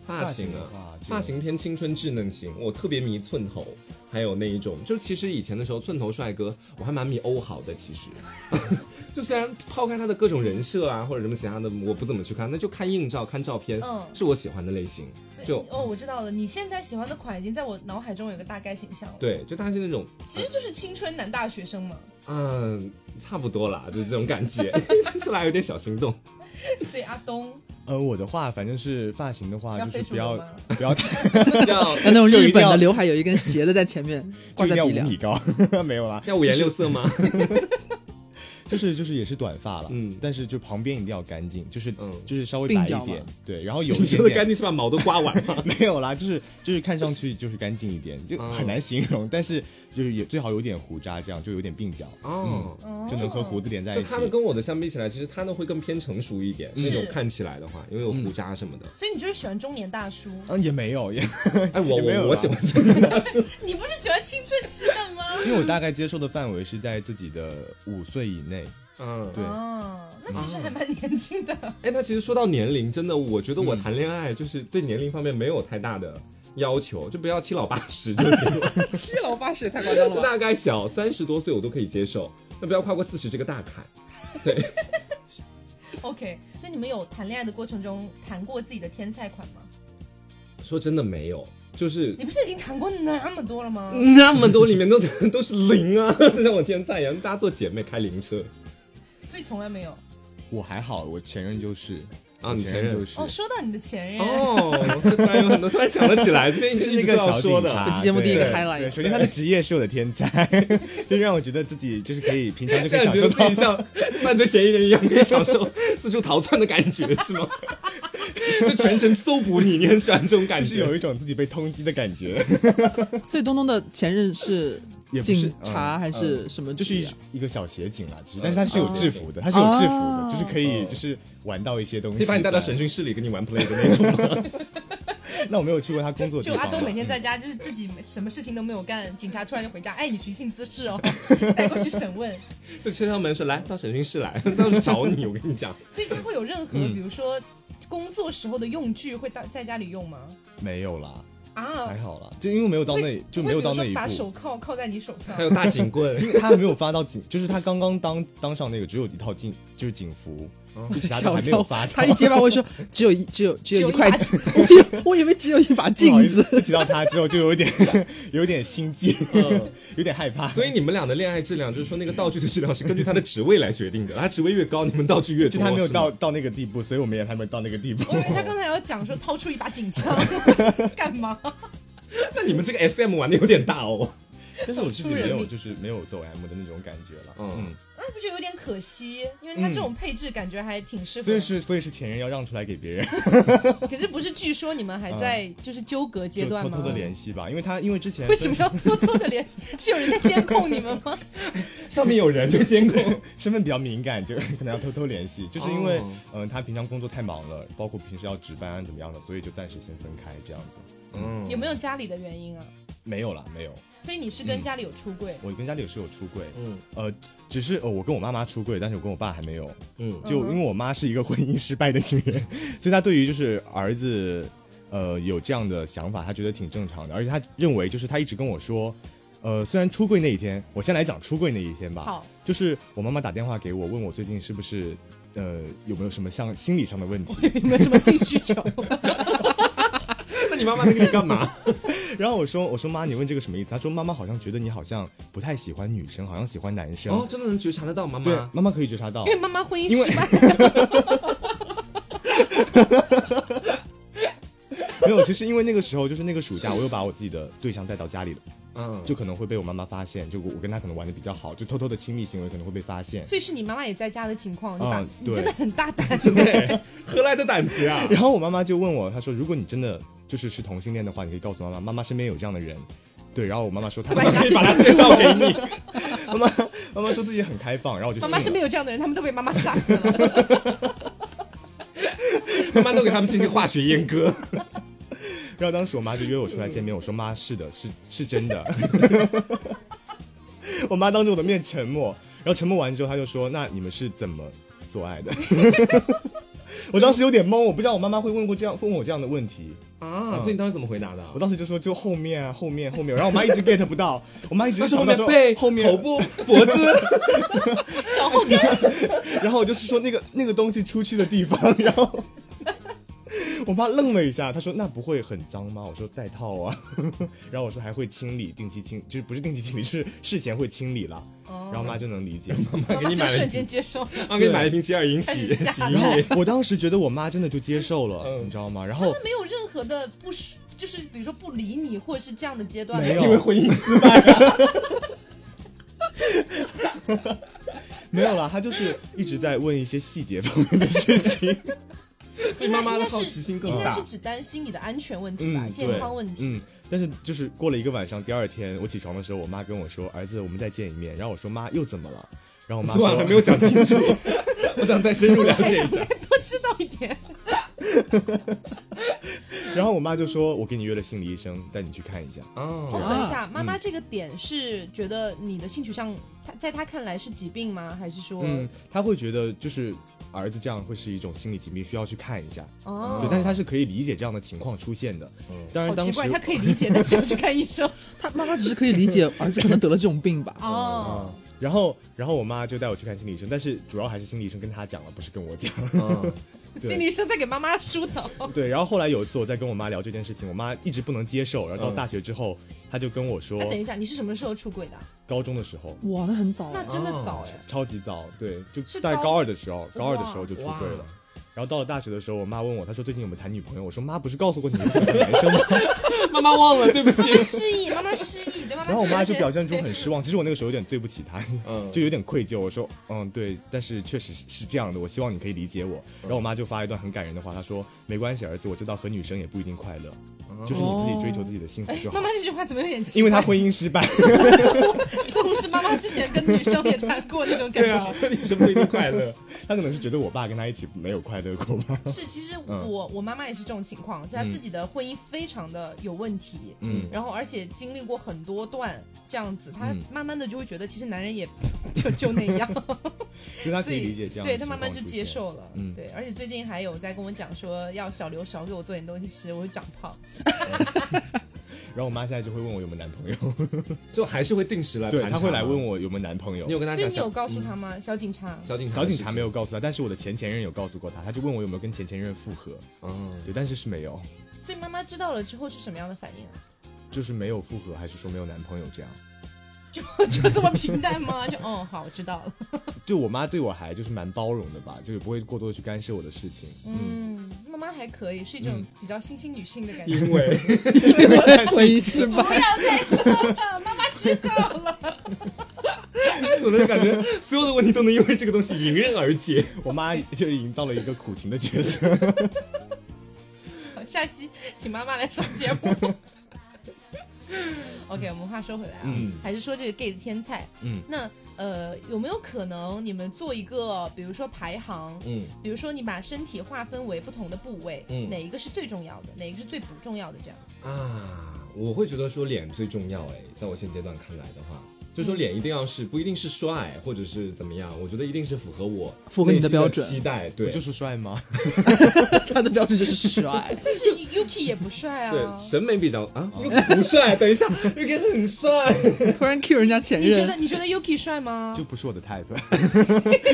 B: 发型
D: 型的
B: 啊
D: 话，就
B: 发型偏青春稚嫩型，我特别迷寸头，还有那一种，就其实以前的时候，寸头帅哥我还蛮迷欧豪的，其实。 *laughs* 就虽然抛开他的各种人设啊，或者什么其他的，我不怎么去看，那就看硬照、看照片，
A: 嗯
B: 是我喜欢的类型。
A: 所以
B: 就
A: 哦，我知道了，你现在喜欢的款已经在我脑海中有个大概形象了。，
B: 对，就他是那种，
A: 其实就是青春男大学生嘛。 *laughs*
B: 嗯，差不多啦，就是这种感
D: *laughs*
B: 觉，说来有点小心动。
A: 所以阿东
D: 呃，我的话，反正是发型的话，
A: 要
D: 就
A: 非
D: 是
A: 主
D: 不
A: 流
D: 要
A: 吗
D: 不要太，
B: 要
C: 那那种
D: 就一
C: 日
D: 定
C: 本
D: 要
C: 的刘海有一根斜的在前面
D: *laughs* 就
C: 挂
D: 一
C: 在
D: 定要五 *laughs*
C: 鼻梁，
B: *laughs*
D: 米高，没有啦，
B: 要五颜六色吗？
D: 就是就是也是短发了，
B: 嗯
D: 但是就旁边一定要干净，就是
B: 嗯
D: 就是稍微
C: 鬓
D: 白
C: 角
D: 一
C: 嘛
D: 点，对，然
B: *laughs*
D: 后有一
B: 你
D: 点
B: 说的干
D: 点。
B: 净是把毛都刮完吗？
D: 没有啦，就是就是看上去就是干净一点，就
B: 哦
D: 很难形容，但是就是也最好有点胡渣，这样就有点鬓角，
B: 哦，
D: 就能和胡子连在
B: 就
D: 一起
B: 他。的跟我的相比起来，其实他的会更偏成熟一点，
A: 是
B: 那种看起来的话，因为有胡渣什么的。
A: 所以你就是喜欢中年大叔， *laughs*
D: 嗯，也没有，也 *laughs*
B: 哎，我
D: 也没有
B: 我
D: 啦
B: 我喜欢这个男生，
A: 你不是喜欢青春期的吗？
D: 因为我大概接受的范围是在自己的五岁以内，
B: *laughs* 嗯，
D: 对，
A: 哦，那其实还蛮年轻的。 *laughs*
B: 哎，那其实说到年龄，真的，我觉得我谈恋爱就是对年龄方面没有太大的要求，就不要七老八十就行
D: *laughs*
B: 了，
C: *laughs* 七老八十也太夸张
B: 就？大概小三十多岁我都可以接受，但不要跨过四十这个大坎。对，
A: OK，所以你们有谈恋爱的过程中谈过自己的天菜款吗？
B: 说真的没有，就是
A: 你不是已经谈过那么多了吗？
B: *laughs*
D: 嗯
B: 那么多里面都 *laughs* 都是零啊， *laughs* 像我天才一样，大家做姐妹开零车
A: 所以从来没有。
D: 我还好，我前任就是
B: 啊，
D: 我
B: 你前任
D: 就是
A: 哦，说到你的前任，
B: 哦，这突然有很多突然想了起 *laughs* 来，这
D: *laughs* 是
B: 是
D: 那
B: 那
D: 个
B: 个
D: 小
B: 要
D: 警
B: 说
D: 察
B: 的。
C: 这节目第一个
D: 对
C: highlight
D: 对首先他的职业是我的天才，就让我觉得自己就是可以平常就可
B: 这
D: 以
B: 样
D: 享
B: 觉
D: 受
B: 得自
D: 到
B: 己像 *laughs* 犯罪嫌疑人一样，可以享受四处逃窜的感觉，是吗？ *laughs* 就全程搜捕你，你很喜欢这种感
D: 就是
B: 觉
D: 有。一种自己被通缉的感觉，
C: 所以东东的前任是
D: 也不是呃
C: 警察还是什么
D: *laughs* 就
C: 局
D: 是哦
C: 啊？
D: 一个小协警啦，啊其实，但是他是有制服的，他是有制服的，就是可以就是玩到一些东西。
B: 可以把你带到审讯室里跟你玩 play 的那种吗，
D: 那我没有去过他工作的
A: 就
D: 地
A: 阿
D: 方。啊
A: 东每天在家就是自己什么事情都没有干， *laughs* 警察突然就回家，哎，你寻衅滋
D: *laughs*
A: 事哦，带过去审问。
B: *laughs* 就敲敲门说来到审讯室来， *laughs* 到处找你。我跟你讲，
A: 所以他会有任何，
D: 嗯
A: 比如说工作时候的用具会到在家里用吗？
D: 没有啦，
A: 啊
D: 还，好啦，就因为没有到那
A: 会
D: 哎就没有到那
A: 会比
D: 一
A: 如说把手
D: 步。
A: 铐铐在你手上
B: 还。有大警棍， *laughs*
D: 因为他没有发到警，就是他刚刚当当上那个，只有一套警，就是警服，就其他都
C: 小
D: 还没有
C: 偷
D: 发到。
C: 他一结巴会
D: *laughs*
C: 说只有一只有只有一
A: 只有一把
C: 块，我以为我以 *laughs* 为只有一把
D: 不好
C: 镜
D: 意思
C: 子。
D: 提到他之后就有 *laughs* 点有点心悸，有点害怕。
B: 所以你们俩的恋爱质量，就是说那个道具的质量是根据他的职位来决定的，他职位越高，你们道具越
D: 就
B: 多。
D: 他没有
B: 是吗
D: 到到那个地步，所以我们也还没有到那个地步。
A: 我以为他刚才要讲说掏出一把警
D: *laughs*
A: 枪干嘛？
B: 那你们这个 S M 玩的有点大哦。
D: 但是我自己
A: 出人
D: 没
A: *laughs*
D: 有
A: 命
D: 就是没有抖 M 的那种感觉了，
B: 嗯
D: 嗯，
A: 那 *laughs* 不就有点可惜？因为他这种配置感觉还挺适合。
D: 所以是所以是前任要让出来给别人，
A: 可是不是？据说你们还在就是纠葛阶
D: 啊就
A: 段
D: 偷
A: 吗？
D: 偷的联系吧，因为他因为之前
A: 为什么
D: 身
A: 要偷偷的联系？是有人在监控你们
D: *laughs*
A: 吗？
B: 上面有人就监控，
D: 身份比较敏感，就可能要偷偷联系，就是因为
B: 哦
D: 嗯他平常工作太忙了，包括平时要值班怎么样的，所以就暂时先分开这样子。
B: 嗯，
A: 有没有家里的原因啊？
D: 没有啦，没有，
A: 所以你
D: 嗯
A: 是跟家里有出柜？
D: 我跟家里有室友出柜，
B: 嗯
D: 呃，只是呃我跟我妈妈出柜，但是我跟我爸还没有，
B: 嗯
D: 就因为我妈是一个婚姻失败的女人，所以她对于就是儿子，呃，有这样的想法，她觉得挺正常的，而且她认为就是她一直跟我说，呃，虽然出柜那一天，我先来讲出柜那一天吧，
A: 好，
D: 就是我妈妈打电话给我，问我最近是不是，呃，有没有什么像心理上的问题，
A: 有没有什么性需
D: *laughs*
A: 求？
B: 那你妈妈在给你干嘛？
D: 然后我说我说妈，你问这个什么意思？她说妈妈好像觉得你好像不太喜欢女生，好像喜欢男生，
B: 哦，真的能觉察得到妈
D: 对，
B: 妈？
D: 妈妈可以觉察到
A: 因，为妈妈婚姻
D: 因为
A: 失败，
D: 没有，其实因为那个时候就是那个暑假，我又把我自己的对象带到家里了。
B: 嗯，
D: 就可能会被我妈妈发现，就我我跟她可能玩的比较好，就偷偷的亲密行为可能会被发现。
A: 所以是你妈妈也在家的情况，你把
D: 啊
A: 你
D: 对
A: 真的很大胆。
B: 对，何来的胆子呀？
D: 然后我妈妈就问我，她说：“如果你真的就是是同性恋的话，你可以告诉妈妈，妈妈身边有这样的人。”对，然后我妈妈说她，
A: 把你
B: 可
A: 拉
B: 以
A: 去
B: 把她介绍给你。
D: 妈妈妈妈说自己很开放，然后我就
A: 妈
D: 信
A: 妈身
D: 了。
A: 边有这样的人，他们都被妈妈杀死了。
B: 妈妈都给他们进行化学阉割。
D: 然后当时我妈就约我出来见面，我说妈，是的，是是真的。 *laughs* 我妈当着我的面沉默，然后沉默完之后，她就说：“那你们是怎么做爱的？” *laughs* 我当时有点懵，我不知道我妈妈会问过这样问我这样的问题。
B: 啊，所以你当时怎么回答的啊
D: 我？当时就说就后面啊，后面后面，然后我妈一直 get 不到，我妈一直
B: 那是
D: 想
B: 后
D: 不到
B: 面
D: 说
B: 背、
D: 后面
B: 头，部、脖子，
A: 脚后跟，
D: *laughs* 然后我就是说那个那个东西出去的地方，然后 *laughs* 我妈愣了一下，她说那不会很脏吗？我说带套啊， *laughs* 然后我说还会清理，定期清就是不是定期清理，就是事前会清理啦，然后我妈就能理解。
A: 哦 *laughs* 妈
B: 给
A: 妈
B: 你
A: 就
B: 买了
A: 瞬
B: 一瓶
A: 间接受。
B: 啊，给你买了一瓶洁尔银洗
A: 开始
B: 洗
A: 吓
B: 衣
A: 到
B: 液。
D: 我当时觉得我妈真的就接受了，
B: 嗯
D: 你知道吗？然后
A: 没有任何的不舒，就是比如说不理你，或者是这样的阶段吗。
D: 没有
B: 因为婚姻失败，
D: 没有啦，他就是一直在问一些细节方面的
A: *laughs*
D: 事情。
B: 所以妈妈的好奇心更
A: 应该
B: 大
A: 是。只担心你的安全问题吧，
D: 嗯
A: 健
D: 对
A: 康问题。
D: 嗯，但是就是过了一个晚上，第二天我起床的时候，我妈跟我说：“儿子，我们再见一面。”然后我说：“妈，又怎么了？”然后我妈
B: 昨晚
D: 说：“
B: 还没有讲清楚，我想再深入了
A: 还
B: 解
A: 想
B: 一下
A: 再。多知道一点，
D: 然后我妈就说：“我给你约了心理医生，带你去看一下。
A: 哦，
B: 哦，
A: 等一下，妈妈这个点是觉得你的性取向，她在她看来是疾病吗？还是”说，
D: 嗯，她会觉得就是儿子这样会是一种心理疾病，需要去看一下。对，
A: 哦，
D: 但是她是可以理解这样的情况出现的。当
A: 嗯
D: 然
A: 好
D: 当
A: 奇
D: 时
A: 怪，她可以理解，但是要去看医生。
C: 他妈妈只是可以理解儿子可能得了这种病吧。
A: 哦，
D: 嗯然后，然后我妈就带我去看心理医生，但是主要还是心理医生跟她讲了，不是跟我讲。
A: *laughs*
B: 嗯
D: 对
A: 心理医生在给妈妈疏导。
D: 对，然后后来有一次我在跟我妈聊这件事情，我妈一直不能接受，然后到
B: 嗯
D: 大学之后，她就跟我说
A: 哎，，等一下，你是什么时候出轨的？
D: 高中的时候
C: 哇，那很早
A: 那
C: 啊。
A: 真的早
D: *laughs*
A: 哎。
D: 超级早，对，就是在
A: 高
D: 高二的时候，高二的
A: 哇
D: 时候就出
B: 哇
D: 柜了。然后到了大学的时候，我妈问我，她说最近有没有谈女朋友？我说妈，不是告诉过你我喜欢男生吗？
B: 妈妈忘了，对不起。
A: 失忆，妈妈失忆，对妈妈。 *laughs*
D: 然后我妈就表现出很失望。其实我那个时候有点对不起她， *laughs*
B: 嗯
D: 就有点愧疚。我说，嗯，对，但是确实是是这样的，我希望你可以理解我。然后我妈就发一段很感人的话，她说：“没关系，儿子，我知道和女生也不一定快乐，就是你自己追求自己的幸福
A: 哎
D: 就，好。
A: 妈妈这句话怎么有点奇怪？
D: 因为她婚姻失败， *laughs*
A: 似乎是妈妈之前跟女生也谈过那种感
B: 对
A: 觉。
B: 啊，你什么不一定快乐？
D: 她可能是觉得我爸跟她一起没有快乐过吧。
B: 嗯
A: 是，其实我、我妈妈也是这种情况，就她自己的婚姻非常的有问题，
D: 嗯
A: 然后而且经历过很多段这样子，她
D: 嗯
A: 慢慢的就会觉得其实男人也 *laughs* 就就那样，
D: 所以她可
A: 所
D: 以
A: 以
D: 理解这样的情况出现。
A: 对她慢慢就接受了，
D: 嗯
A: 对，而且最近还有在跟我讲说要小刘少给我做点东西吃，我会长胖，
D: 然后我妈现在就会问我有没有男朋友，
B: 就还是会定时来
D: 对，
B: 盘
D: 她
B: 查
D: 会来问
B: 吗。
D: 我有没有男朋友
B: 你。有跟他
A: 所以
B: 讲
A: 你
B: 小嗯
A: 有告诉他吗？小警察，
B: 小警察
D: 小警察没
B: 有？
D: 有告诉她，但是我的前前任有告诉过她，她就问我有没有跟前前任复合，
B: 嗯，
D: 对，但是是没有。
A: 所以妈妈知道了之后是什么样的反应啊？
D: 就是没有复合，还是说没有男朋友这样？
A: 就就这么平淡吗？就哦，好，我知道了。
D: 就我妈对我还就是蛮包容的吧，就也不会过多地去干涉我的事情。
A: 嗯，妈妈还可以，是一种比较新兴女性的感觉。
B: 因为 *laughs*
C: *laughs* 婚姻失败，
A: 不要再说了，妈妈知道了。
B: 总的感觉所有的问题都能因为这个东西迎刃而解。
D: 我妈就营造了一个苦情的角色。
A: 下期请妈妈来上节目。OK，我们话说回来啊，
D: 嗯
A: 还是说这个 gay 的天菜。
D: 嗯，
A: 那呃，有没有可能你们做一个，比如说排行，
B: 嗯，
A: 比如说你把身体划分为不同的部位，
B: 嗯
A: 哪一个是最重要的，哪一个是最不重要的？这样，
B: 啊，我会觉得说脸最重要哎，在我现阶段看来的话，就说脸一定要是不一定是帅或者是怎么样，我觉得一定是符合我
C: 符合你的
B: 内心的
C: 标准
B: 期待，对，
D: 我就是帅吗？
C: 他的标准就是
D: *laughs*
C: 帅。
A: 但是 Yuki 也不帅啊，
B: 对审美比较啊，又不帅，等一下又给很帅，
C: 突然 Q 人家前
A: 你觉
C: 任，
A: 得你觉得 Yuki 帅吗
D: 就？不是我的 type，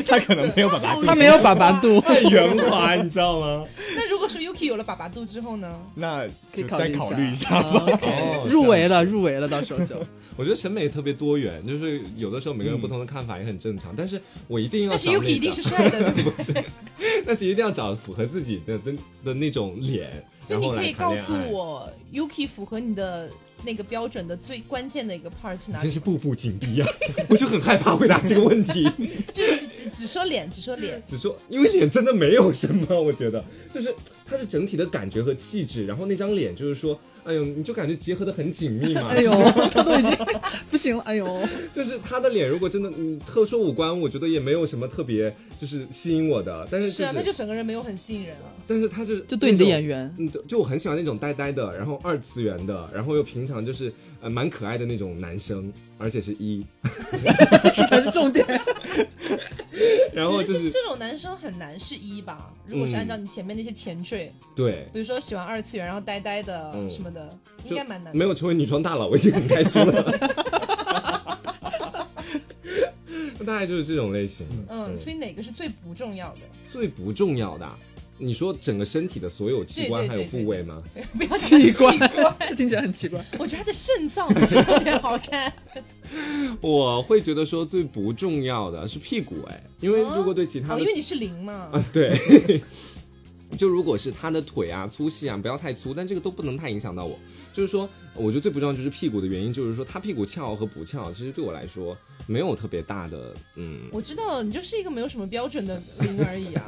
D: 她可能没有把
C: *laughs*
D: 它
C: 他没有粑粑肚，
B: 太
D: 哎
B: 圆滑，你知道吗？
A: 那如果是 Yuki 有了粑粑肚之后呢？
D: 那
C: 可以
D: 就再考
C: 考
D: 虑
C: 虑
D: 一
C: 一
D: 下
C: 下嗯
D: 吧。
B: 哦
C: 啊 *laughs* 入围了，入围了，到时候就
B: *laughs* 我觉得审美特别多元，就是有的时候每个人不同的看法也很正常，但是我一定要
A: 但是
B: 找
A: Yuki
B: 那
A: 一定
B: 个
A: 是帅的，对不对？
B: *laughs* 但是一定要找符合自己的的的那种脸，
A: 所以
B: 然
A: 你
B: 后
A: 可
B: 来
A: 以
B: 谈
A: 告
B: 恋
A: 诉
B: 爱。
A: 我，Yuki 符合你的那个标准的最关键的一个 part 是哪
B: 真
A: 里？
B: 是步步紧逼啊！ *laughs* 我就很害怕回答这个问题， *laughs*
A: 就是只只说脸，只说脸。
B: 只说因为脸真的没有什么，我觉得就是它是整体的感觉和气质，然后那张脸就是说，哎呦，你就感觉结合的很紧
A: *laughs*
B: 密嘛。
C: 哎呦， *laughs* 他都已经不行了，哎呦，
B: 就是他的脸如果真的嗯特殊五官，我觉得也没有什么特别就是吸引我的，但是
A: 是
B: 就
A: 啊，
B: 是
A: 那就整个人没有很吸引人啊。
B: 但是他就是
C: 就对你的
B: 那种
C: 演员，
B: 嗯，对就我很喜欢那种呆呆的，然后二次元的，然后又平常就是呃蛮可爱的那种男生，而且是一，
C: 这才是重点。
B: 然后
A: 我觉
B: 哦就
A: 得这
B: 是
A: 这种男生很难是一吧？如果是按照你前面那些前缀，
B: 对，
A: 比如说喜欢二次元，然后呆呆的
B: 嗯
A: 什么的，
B: 就
A: 应该蛮难
B: 没
A: 的。
B: 有成为女装大佬，我已经很开心了。 *laughs* 大概就是这种类型的，
A: 嗯，所以哪个是最不重要的？ *laughs*
B: 最不重要的啊、你说整个身体的所有器官
A: 对对
B: 还有
A: 对对
B: 部位吗？
A: 不要讲
C: 奇
A: 奇 *laughs*
C: 怪， *laughs* 听起来很奇怪。
A: 我觉得他的肾脏不是特别好看。
B: 我会觉得说最不重要的是屁股，哎，因为
A: 哦
B: *laughs* 如果对其他
A: 哦，
B: 的
A: 因为你是零嘛，
B: 啊，对， *laughs* 就如果是他的腿啊粗细啊不要太粗，但这个都不能太影响到我。就是说，我觉得最不重要就是屁股的原因，就是说他屁股翘和不翘，其实对我来说没有特别大的嗯。
A: 我知道你就是一个没有什么标准的零而
D: *laughs*
A: 已啊，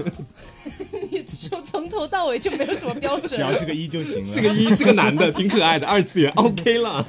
A: 你就从头到尾就没有什么标
D: 只要
A: 准。
D: 是个一就行
B: *laughs*
D: 了。
B: 是个 *laughs* 一，是个男的，挺可爱的，二次元 OK 了。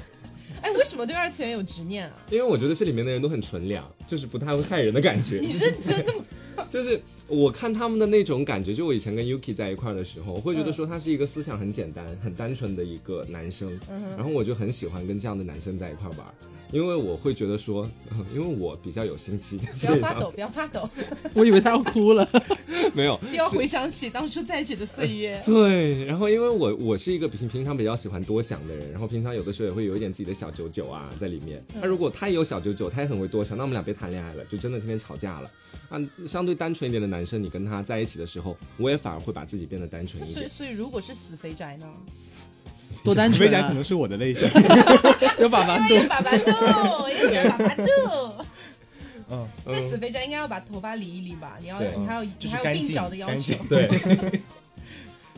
A: 哎，为什么对二次元有执念啊？
B: 因为我觉得这里面的人都很纯良，就是不太会害人的感觉。
A: 你认真的吗？
B: 就是我看他们的那种感觉，就我以前跟 Yuki 在一块儿的时候，我会觉得说他是一个思想很简单、很单纯的一个男生，
A: 嗯
B: 然后我就很喜欢跟这样的男生在一块儿玩儿，因为我会觉得说，嗯因为我比较有心机，
A: 不要
B: 所以
A: 发
B: 呢
A: 抖，不要发
D: *laughs*
A: 抖，
C: 我以为他要哭了。
B: *laughs* 没有
A: 不要回想起当初在一起的岁
D: *laughs*
A: 月。
B: 对，然后因为我我是一个平平常比较喜欢多想的人，然后平常有的时候也会有一点自己的小九九啊在里面。
A: 嗯
B: 那、如果他也有小九九，他也很会多想，那我们俩别谈恋爱了，就真的天天吵架了。啊，相对单纯一点的男生，你跟他在一起的时候，我也反而会把自己变得单纯一
A: 所以，
B: 点。
A: 所以如果是死肥宅呢？
C: *laughs* 多单
D: 紫薇
C: 纯、
D: 宅
C: 啊
D: 可，能是我的类型，
C: 有把
D: 哎
C: 玩度
A: 因为。有把把
D: *laughs*
A: 豆，也喜欢把把豆。
D: 嗯，
A: 那死肥宅应该要把头发理一理吧？你要
B: 对
A: 你还有
D: 就
A: 你
D: 是
A: 还有
D: 干
A: 鬓
D: 净
A: 角的要
D: 干
A: 求
D: 净，嗯
B: 对，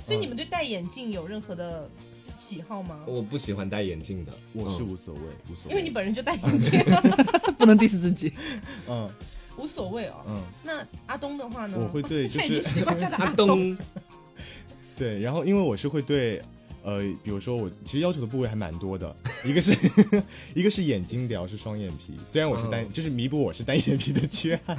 A: 所以你们对戴眼镜有任何的喜好吗？
B: 我不喜欢戴眼镜的，
D: 我是
B: 嗯
D: 无所谓，无所谓。
A: 因为你本人就戴眼镜，啊
D: *laughs*
C: 不能 diss 自己。
D: 嗯
A: 无所谓哦。
D: 嗯，
A: 那阿东的话呢？
D: 我
A: *laughs*
D: 会对就
A: 现
D: 是
A: 在已经习惯叫他
B: 阿
A: 阿东。
D: 嗯
B: 东，
D: 对，然后因为我是会对，呃，比如说我其实要求的部位还蛮
B: *laughs*
D: 多的，一个是 *laughs* 一个是眼睛疗是双眼皮，虽然我是单，
B: 嗯
D: 就是弥补我是单眼皮的缺
B: *laughs*
D: 憾，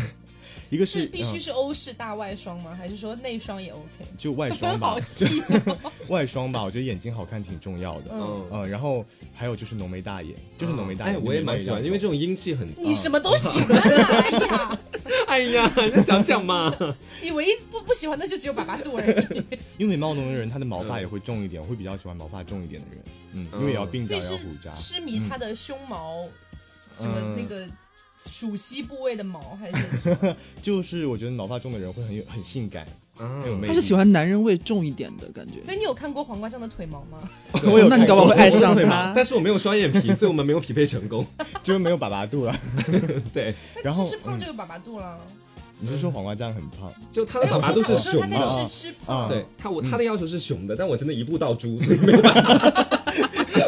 D: 一个
A: 是
D: 是
A: 必须
D: 嗯
A: 是欧式大外双吗？还是说内双也 OK？
D: 就外嗯双
A: 分
D: 吧
A: 好，细哦，
D: *laughs* 外双吧，我觉得眼睛好看挺重要的。嗯
A: *laughs* 嗯，
D: 然后还有就是浓眉大眼，就是浓眉大眼。
B: 哎，我也蛮喜欢，因为这种阴气很。
D: 嗯
A: 你什么都喜欢啊！哎呀，
B: 哎
D: *laughs*
B: 呀，你讲讲嘛。
A: 你唯一不不喜欢的就只有粑
D: *laughs*
A: 粑肚而已。
D: 因为眉毛浓的人，他的毛
B: 嗯
D: 发也会重一点，我会比较喜欢毛发重一点的人。嗯，因为也要鬓
A: 所以
D: 角，也要
A: 是
D: 胡渣。
A: 痴迷他的胸毛，什么那
D: 嗯
A: 个属膝部位的毛，还是
D: *laughs*
A: 什么
D: 就是我觉得毛发重的人会很有很性感，很
B: *laughs*
D: 有
B: 嗯，
D: 魅
C: 他
D: 力。
C: 是喜欢男人味重一点的感觉。
A: 所以你有看过黄瓜酱的腿毛吗？
D: *laughs* 我有
C: 那你
D: 看
C: 搞不好
D: 过
C: 会爱上
B: 对嘛？
C: 他
B: 但。是我没有双眼皮，所以我们没有匹配成功。
D: *laughs* 就是没有粑粑肚了。
B: 对，
D: 然后嗯
A: 其实胖就有粑粑肚了。
D: 你是说黄瓜酱很胖？
B: 就他的粑粑都是熊
A: 他
B: 的
A: 在。
D: 啊
A: 吃吃胖，
D: 啊
B: 对他，我他的要求是熊的，但我真的一步到猪，所以没有办 *laughs* 法，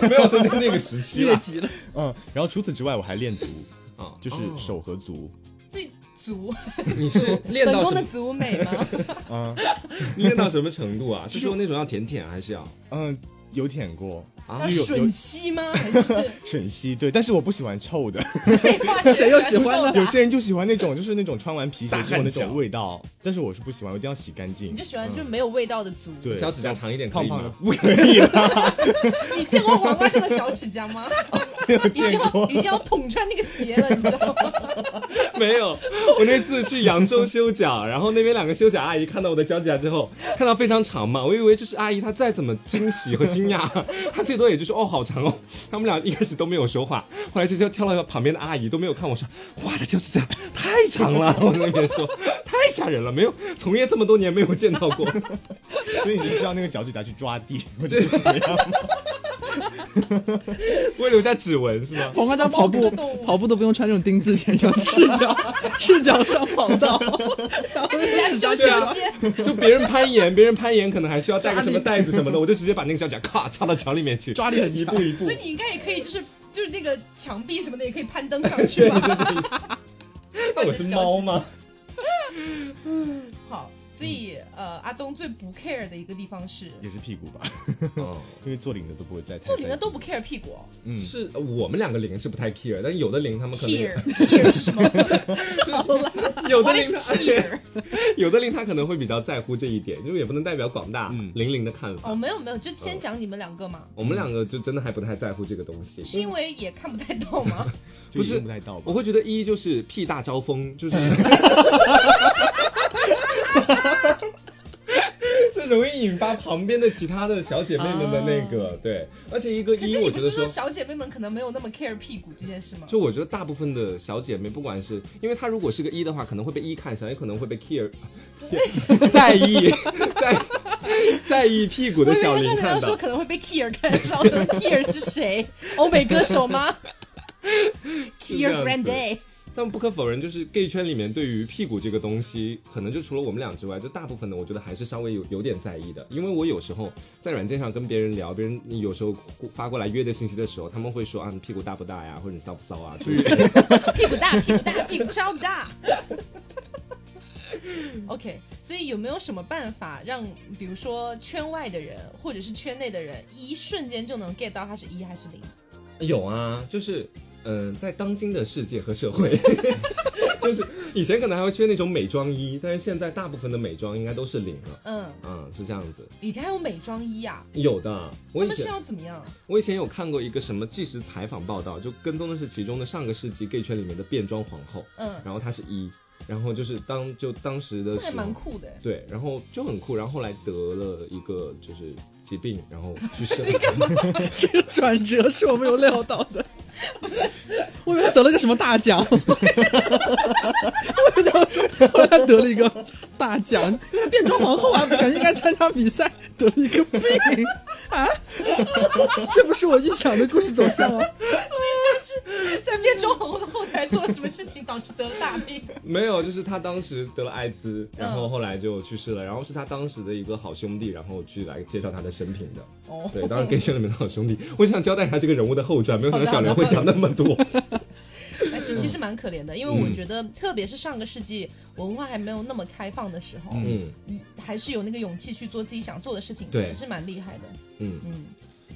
B: 没有针对那个时期
C: 越
B: 了。
C: 级了，
D: 嗯，然后除此之外，我还练足，
B: 啊
D: 就是
B: 哦
D: 手和足。
A: 最
D: *laughs*
A: 足
B: 你是练
A: 本
B: 到
A: 宫
B: 什
A: 的
B: 么？
A: 足美吗？
B: *laughs*
D: 哦啊
B: 练到什么程度啊？是说那种要舔舔，还是要
D: 嗯，有舔过
B: 啊
A: 要
D: 就有
A: 吮
D: 有
A: 吸吗？还是
D: 吮吸，对，但是我不喜欢臭的。 *laughs*
A: 废话？
C: *laughs* 谁又喜欢呢
A: 呢？
D: 有些人就喜欢那种，就是那种穿完皮
B: 大
D: 鞋之
B: 汗
D: 后那
B: 脚
D: 种味道，但是我是不喜欢，我一定要洗
A: *laughs*
D: 干
A: 你
D: 净
A: 就。喜欢就是没有味道的足。
D: 对，
B: 脚趾甲长一点可
D: 胖
B: 以
D: 胖的
B: 吗？
D: 不可以啊了，
A: 你见过黄瓜酱的脚趾甲吗？已经要已经要捅穿那个鞋了，你知
C: *laughs*
A: 道吗？
B: *laughs* 没有，我那次去扬州修脚，然后那边两个修脚阿姨看到我的脚趾甲之后，看到非常长嘛，我以为就是阿姨她再怎么惊喜和惊讶， *laughs* 她最多也就是哦好长哦。他们俩一开始都没有说话，后来就就跳到旁边的阿姨都没有看我说，哇，她脚趾甲太长了， *laughs* 我在那边说太吓人了，没有从业这么多年没有见到过。
D: *laughs*
B: *laughs*
D: 所以你就需要那个脚趾甲去抓地， *laughs* 或者是怎么样？
B: 会留下指纹是吗？
C: *laughs* 黄瓜酱跑步
A: 小动物
C: 跑步都不用穿这种钉子鞋，穿赤脚赤脚上跑道，然后
A: 人
C: 指
A: 家修
C: 甲
A: 修
B: 甲
A: 街，
B: 就别人攀岩，别人攀岩可能还需要带个什么袋子什么的，我就直接把那个脚趾甲咔插到墙里面去，
C: 抓力很
B: 一
C: 强
B: 步一步
A: 所以。你应该也可以就是。就是那个墙壁什么的也可以攀登上去吧。
B: 那我是猫吗？
A: *laughs* 好，所以呃，阿东最不 care 的一个地方是，
D: 也是屁股吧，
B: 哦
D: 因为做领的都不会再太。
A: 做领的都不 care 屁股哦
D: 嗯，
B: 是呃我们两个零是不太 care，但有的零他们可能
A: ，care care 是什么
B: 有的
A: ？What
B: 零
A: is care？
B: *laughs* 有的零他可能会比较在乎这一点，就是也不能代表广大
D: 嗯
B: 零零的看法。
A: 哦，没有没有，就先讲你们两个嘛，
B: 我们两个就真的还不太在乎这个东西，
A: 是因为也看不太到吗？
D: 就
B: 不是
D: 用不太到吧
B: 我？会觉得一就是屁大招风，就是就容易引发旁边的其他的小姐妹们的那个、对，而且一个
A: 啊可
B: 一
A: 是你
B: 我
A: 不
B: 觉
A: 是
B: 得
A: 说小姐妹们可能没有那么 care 屁股这件事吗？
B: 就我觉得大部分的小姐妹，不管是因为她如果是个一的话，可能会被一看上，也可能会被 care 在意在在意屁股
A: 我
B: 的
A: 以为
B: 小
A: 他
B: 林
A: 刚才
B: 看
A: 要
B: 到
A: 说。可能会被 Kier *laughs* 看上，我想 Kier 是谁？欧美歌手吗
B: *laughs* 这
A: ？Kier
B: 样子
A: Grande，
B: 但不可否认，就是 gay 圈里面对于屁股这个东西，可能就除了我们俩之外，就大部分的我觉得还是稍微有有点在意的。因为我有时候在软件上跟别人聊，别人有时候发过来约的信息的时候，他们会说啊你屁股大不大呀，或者你骚不骚啊，就是
A: 屁股大，屁股大，屁股超大。OK，所以有没有什么办法让，比如说圈外的人或者是圈内的人，一瞬间就能 get 到他是一还是零？
B: 有啊，就是嗯、呃在当今的世界和社会， *laughs* 就是以前可能还会缺那种美妆衣，但是现在大部分的美妆应该都是零了，
A: 嗯，
B: 啊、是这样子。
A: 以前还有美妆衣啊，
B: 有的，我
A: 他
B: 以
A: 们是
B: 前
A: 要怎么样？
B: 我以前有看过一个什么纪实采访报道，就跟踪的是其中的上个世纪 gay 圈里面的变装皇后，
A: 嗯，
B: 然后她是一，然后就是当就当时的
A: 那
B: 时
A: 还
B: 候
A: 蛮，酷
B: *laughs*
A: 的。
B: 对，然后就很酷，然后后来得了一个就是疾病，然后
A: *laughs*
B: 去 *laughs* 世了。
C: 这个转折是我没有料到的。 *laughs* 不是，我以为他得了个什么大奖， *laughs* 我以为他说后来他得了一个大奖，因为他变装皇后啊，本来应该参加比赛，得了一个病 *laughs* 啊， *laughs* 这不是我预想的故事走 *laughs* 向吗？
A: 在变装皇后的后台做了什么事情导致得了大
B: *laughs*
A: 病？
B: 没有，就是他当时得了艾滋，
A: 嗯
B: 然后后来就去世了。然后是他当时的一个好兄弟，然后去来介绍他的生
A: *laughs*
B: 平的。
A: 哦，
B: 对，当然 gay 圈里面的好兄弟，我想交代一下这个人物的后传，没有想到小刘会想那么多。 *laughs*
A: 但哎是
B: 嗯
A: 其实蛮可怜的，因为我觉得，特别是上个世纪文化还没有那么开放的时候，
B: 嗯
A: 还是有那个勇气去做自己想做的事情，
B: 对
A: 其实蛮厉害的。
B: 嗯，
A: 嗯，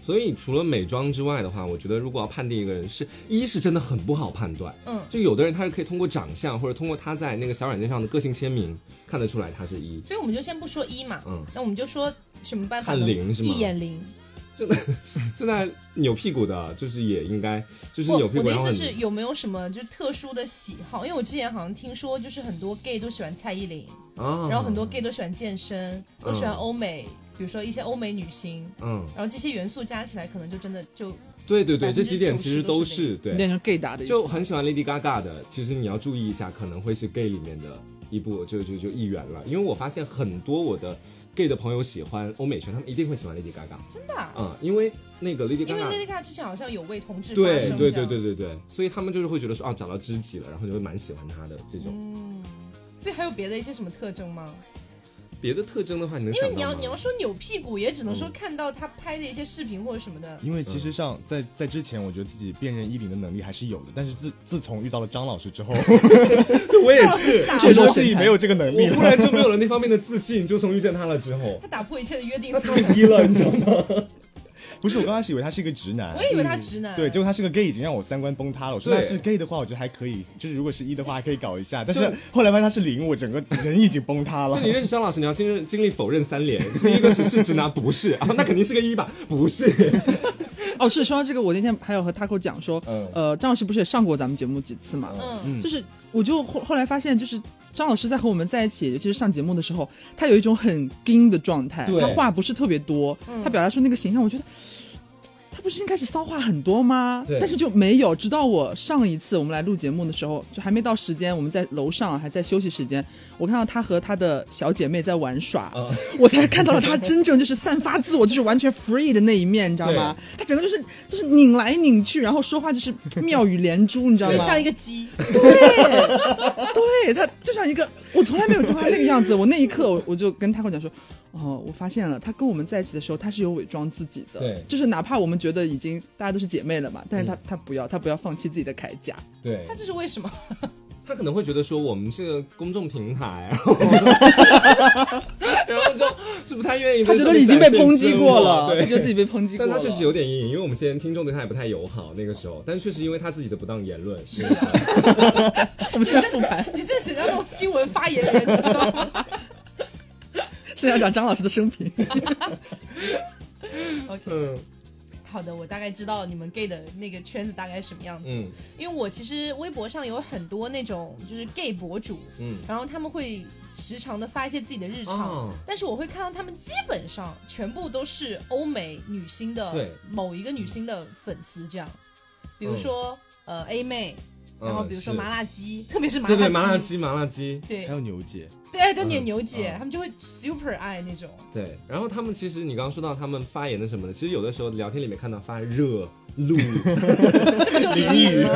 B: 所以除了美妆之外的话，我觉得如果要判定一个人是一是真的很不好判断，
A: 嗯
B: 就有的人他是可以通过长相或者通过他在那个小软件上的个性签名看得出来他是一，
A: 所以我们就先不说一嘛，
B: 嗯
A: 那我们就说什么办法
B: 看
A: 能
B: 零是吗
A: 一眼零。
B: 现在扭屁股的，就是也应该就是
A: 不，
B: 扭屁
A: 我
B: 股
A: 的
B: 然
A: 意思
B: 后很
A: 是有没有什么就是特殊的喜好？因为我之前好像听说，就是很多 gay 都喜欢蔡依林，
B: 啊，
A: 然后很多 gay 都喜欢健身，都喜欢
B: 嗯
A: 欧美，比如说一些欧美女星。
B: 嗯，
A: 然后这些元素加起来，可能就真的就
B: 对对对，
A: 90%
B: 这几点其实
A: 都
B: 都
A: 是
B: 是对
C: 变，成 gay 打的意思
B: 就很喜欢 Lady Gaga 的，其实你要注意一下，可能会是 gay 里面的一部就就就一员了，因为我发现很多我的 gay 的朋友喜欢欧美圈，他们一定会喜欢 Lady Gaga，
A: 真的、啊，
B: 嗯，因为那个 Lady
A: 因为
B: Gaga。
A: Lady Gaga 之前好像有为同志发
B: 对
A: 声，
B: 对对对，对对，所以他们就是会觉得说啊，找到知己了，然后就会蛮喜欢他的这种。
A: 嗯，所以还有别的一些什么特征吗？
B: 别的特征的话，你能
A: 因
B: 想
A: 为
B: 到
A: 你要
B: 吗
A: 你要说扭屁股，也只能说看到他拍的一些视频或者什么的。
D: 因为其实上在在之前，我觉得自己辨认衣领的能力还是有的，但是自自从遇到了张老师之后，
B: 我也是， *laughs*
D: 觉得自己没有这个能力
B: 我忽
D: 了。
B: 然就没有了那方面的自信，就从遇见他了之后，
A: 他打破一切的约定
B: 他
A: 俗
B: 太
A: 成，
B: 低了，你知道吗？
D: 不是，我刚开始以为他是一个直男
A: 我。也以为他直男。
D: 对，结果他是个 gay，已经让我三观崩塌了。我说
B: 对
D: 他是 gay 的话，我觉得还可以，就是如果是一的话，还可以搞一下。但是后来发现他是零，我整个人已经
B: *laughs*
D: 崩塌了
B: 就。你认识张老师，你要经历经历否认三连，第一个是是直男，不是啊，那肯定是个一吧，不是，
C: 哦，是说到这个，我那天还有和 Taco 讲说，
D: 嗯
C: 呃，张老师不是也上过咱们节目几次嘛？
A: 嗯，
C: 就是我就后后来发现，就是张老师在和我们在一起，尤其是上节目的时候，他有一种很硬的状态，
B: 对
C: 他话不是特别多，他表达出那个形象，我觉得。他不是应该是骚话很多吗
B: 对？
C: 但是就没有。直到我上一次我们来录节目的时候，就还没到时间，我们在楼上还在休息时间，我看到他和他的小姐妹在玩耍，
B: 啊
C: 我才看到了他真正就是散发自我，就是完全 free 的那一面，你知道吗？他整个就是就是拧来拧去，然后说话就是妙语连珠，你知道
A: 就
C: 吗？
A: 像一个鸡，
C: 对， *laughs* 对他就像一个我从来没有见过他那个样子。我那一刻我我就跟他跟我讲说，哦，我发现了，他跟我们在一起的时候，他是有伪装自己的，
B: 对嗯
C: 就是哪怕我们觉得已经大家都是姐妹了嘛，但是他、他不要，他不要放弃自己的铠甲，
B: 对
A: 他这是为什么？
B: 他可能会觉得说我们是个公众平台，
C: *laughs*
B: 然后然后就就不太愿意，
C: 他觉得已经被抨击过了，他 *laughs*
B: 对，
C: 觉得自己被抨击过
B: 但
C: 了，
B: 他确实有点阴影，因为我们现在听众对他也不太友好那个时候，但确实因为他自己的不当言论，是
C: *laughs* 我们现在复盘， *laughs*
A: *laughs* 你这是像那种新闻发言人，你知道吗
C: 是要讲张老师的
B: *laughs*
C: 生平。
A: ？OK，
B: 嗯
A: 好的，我大概知道你们 gay 的那个圈子大概是什么样子。
B: 嗯
A: 因为我其实微博上有很多那种就是 gay 博主，
B: 嗯，
A: 然后他们会时常的发一些自己的日常，
B: 哦
A: 但是我会看到他们基本上全部都是欧美女星的
B: 对
A: 某一个女星的粉丝，这样，比如说、呃 A 妹，然后比如说
B: 嗯是
A: 麻辣鸡，特别是麻
B: 对对
A: 辣
B: 麻辣鸡麻辣鸡，
A: 对
D: 还有牛姐，
A: 对对，牛牛姐，
B: 嗯
A: 他们就会 super 爱那种，
B: 对，然后他们其实你刚刚说到他们发言的什么的，其实有的时候聊天里面看到发热路，
A: *laughs* 这不就淋雨吗？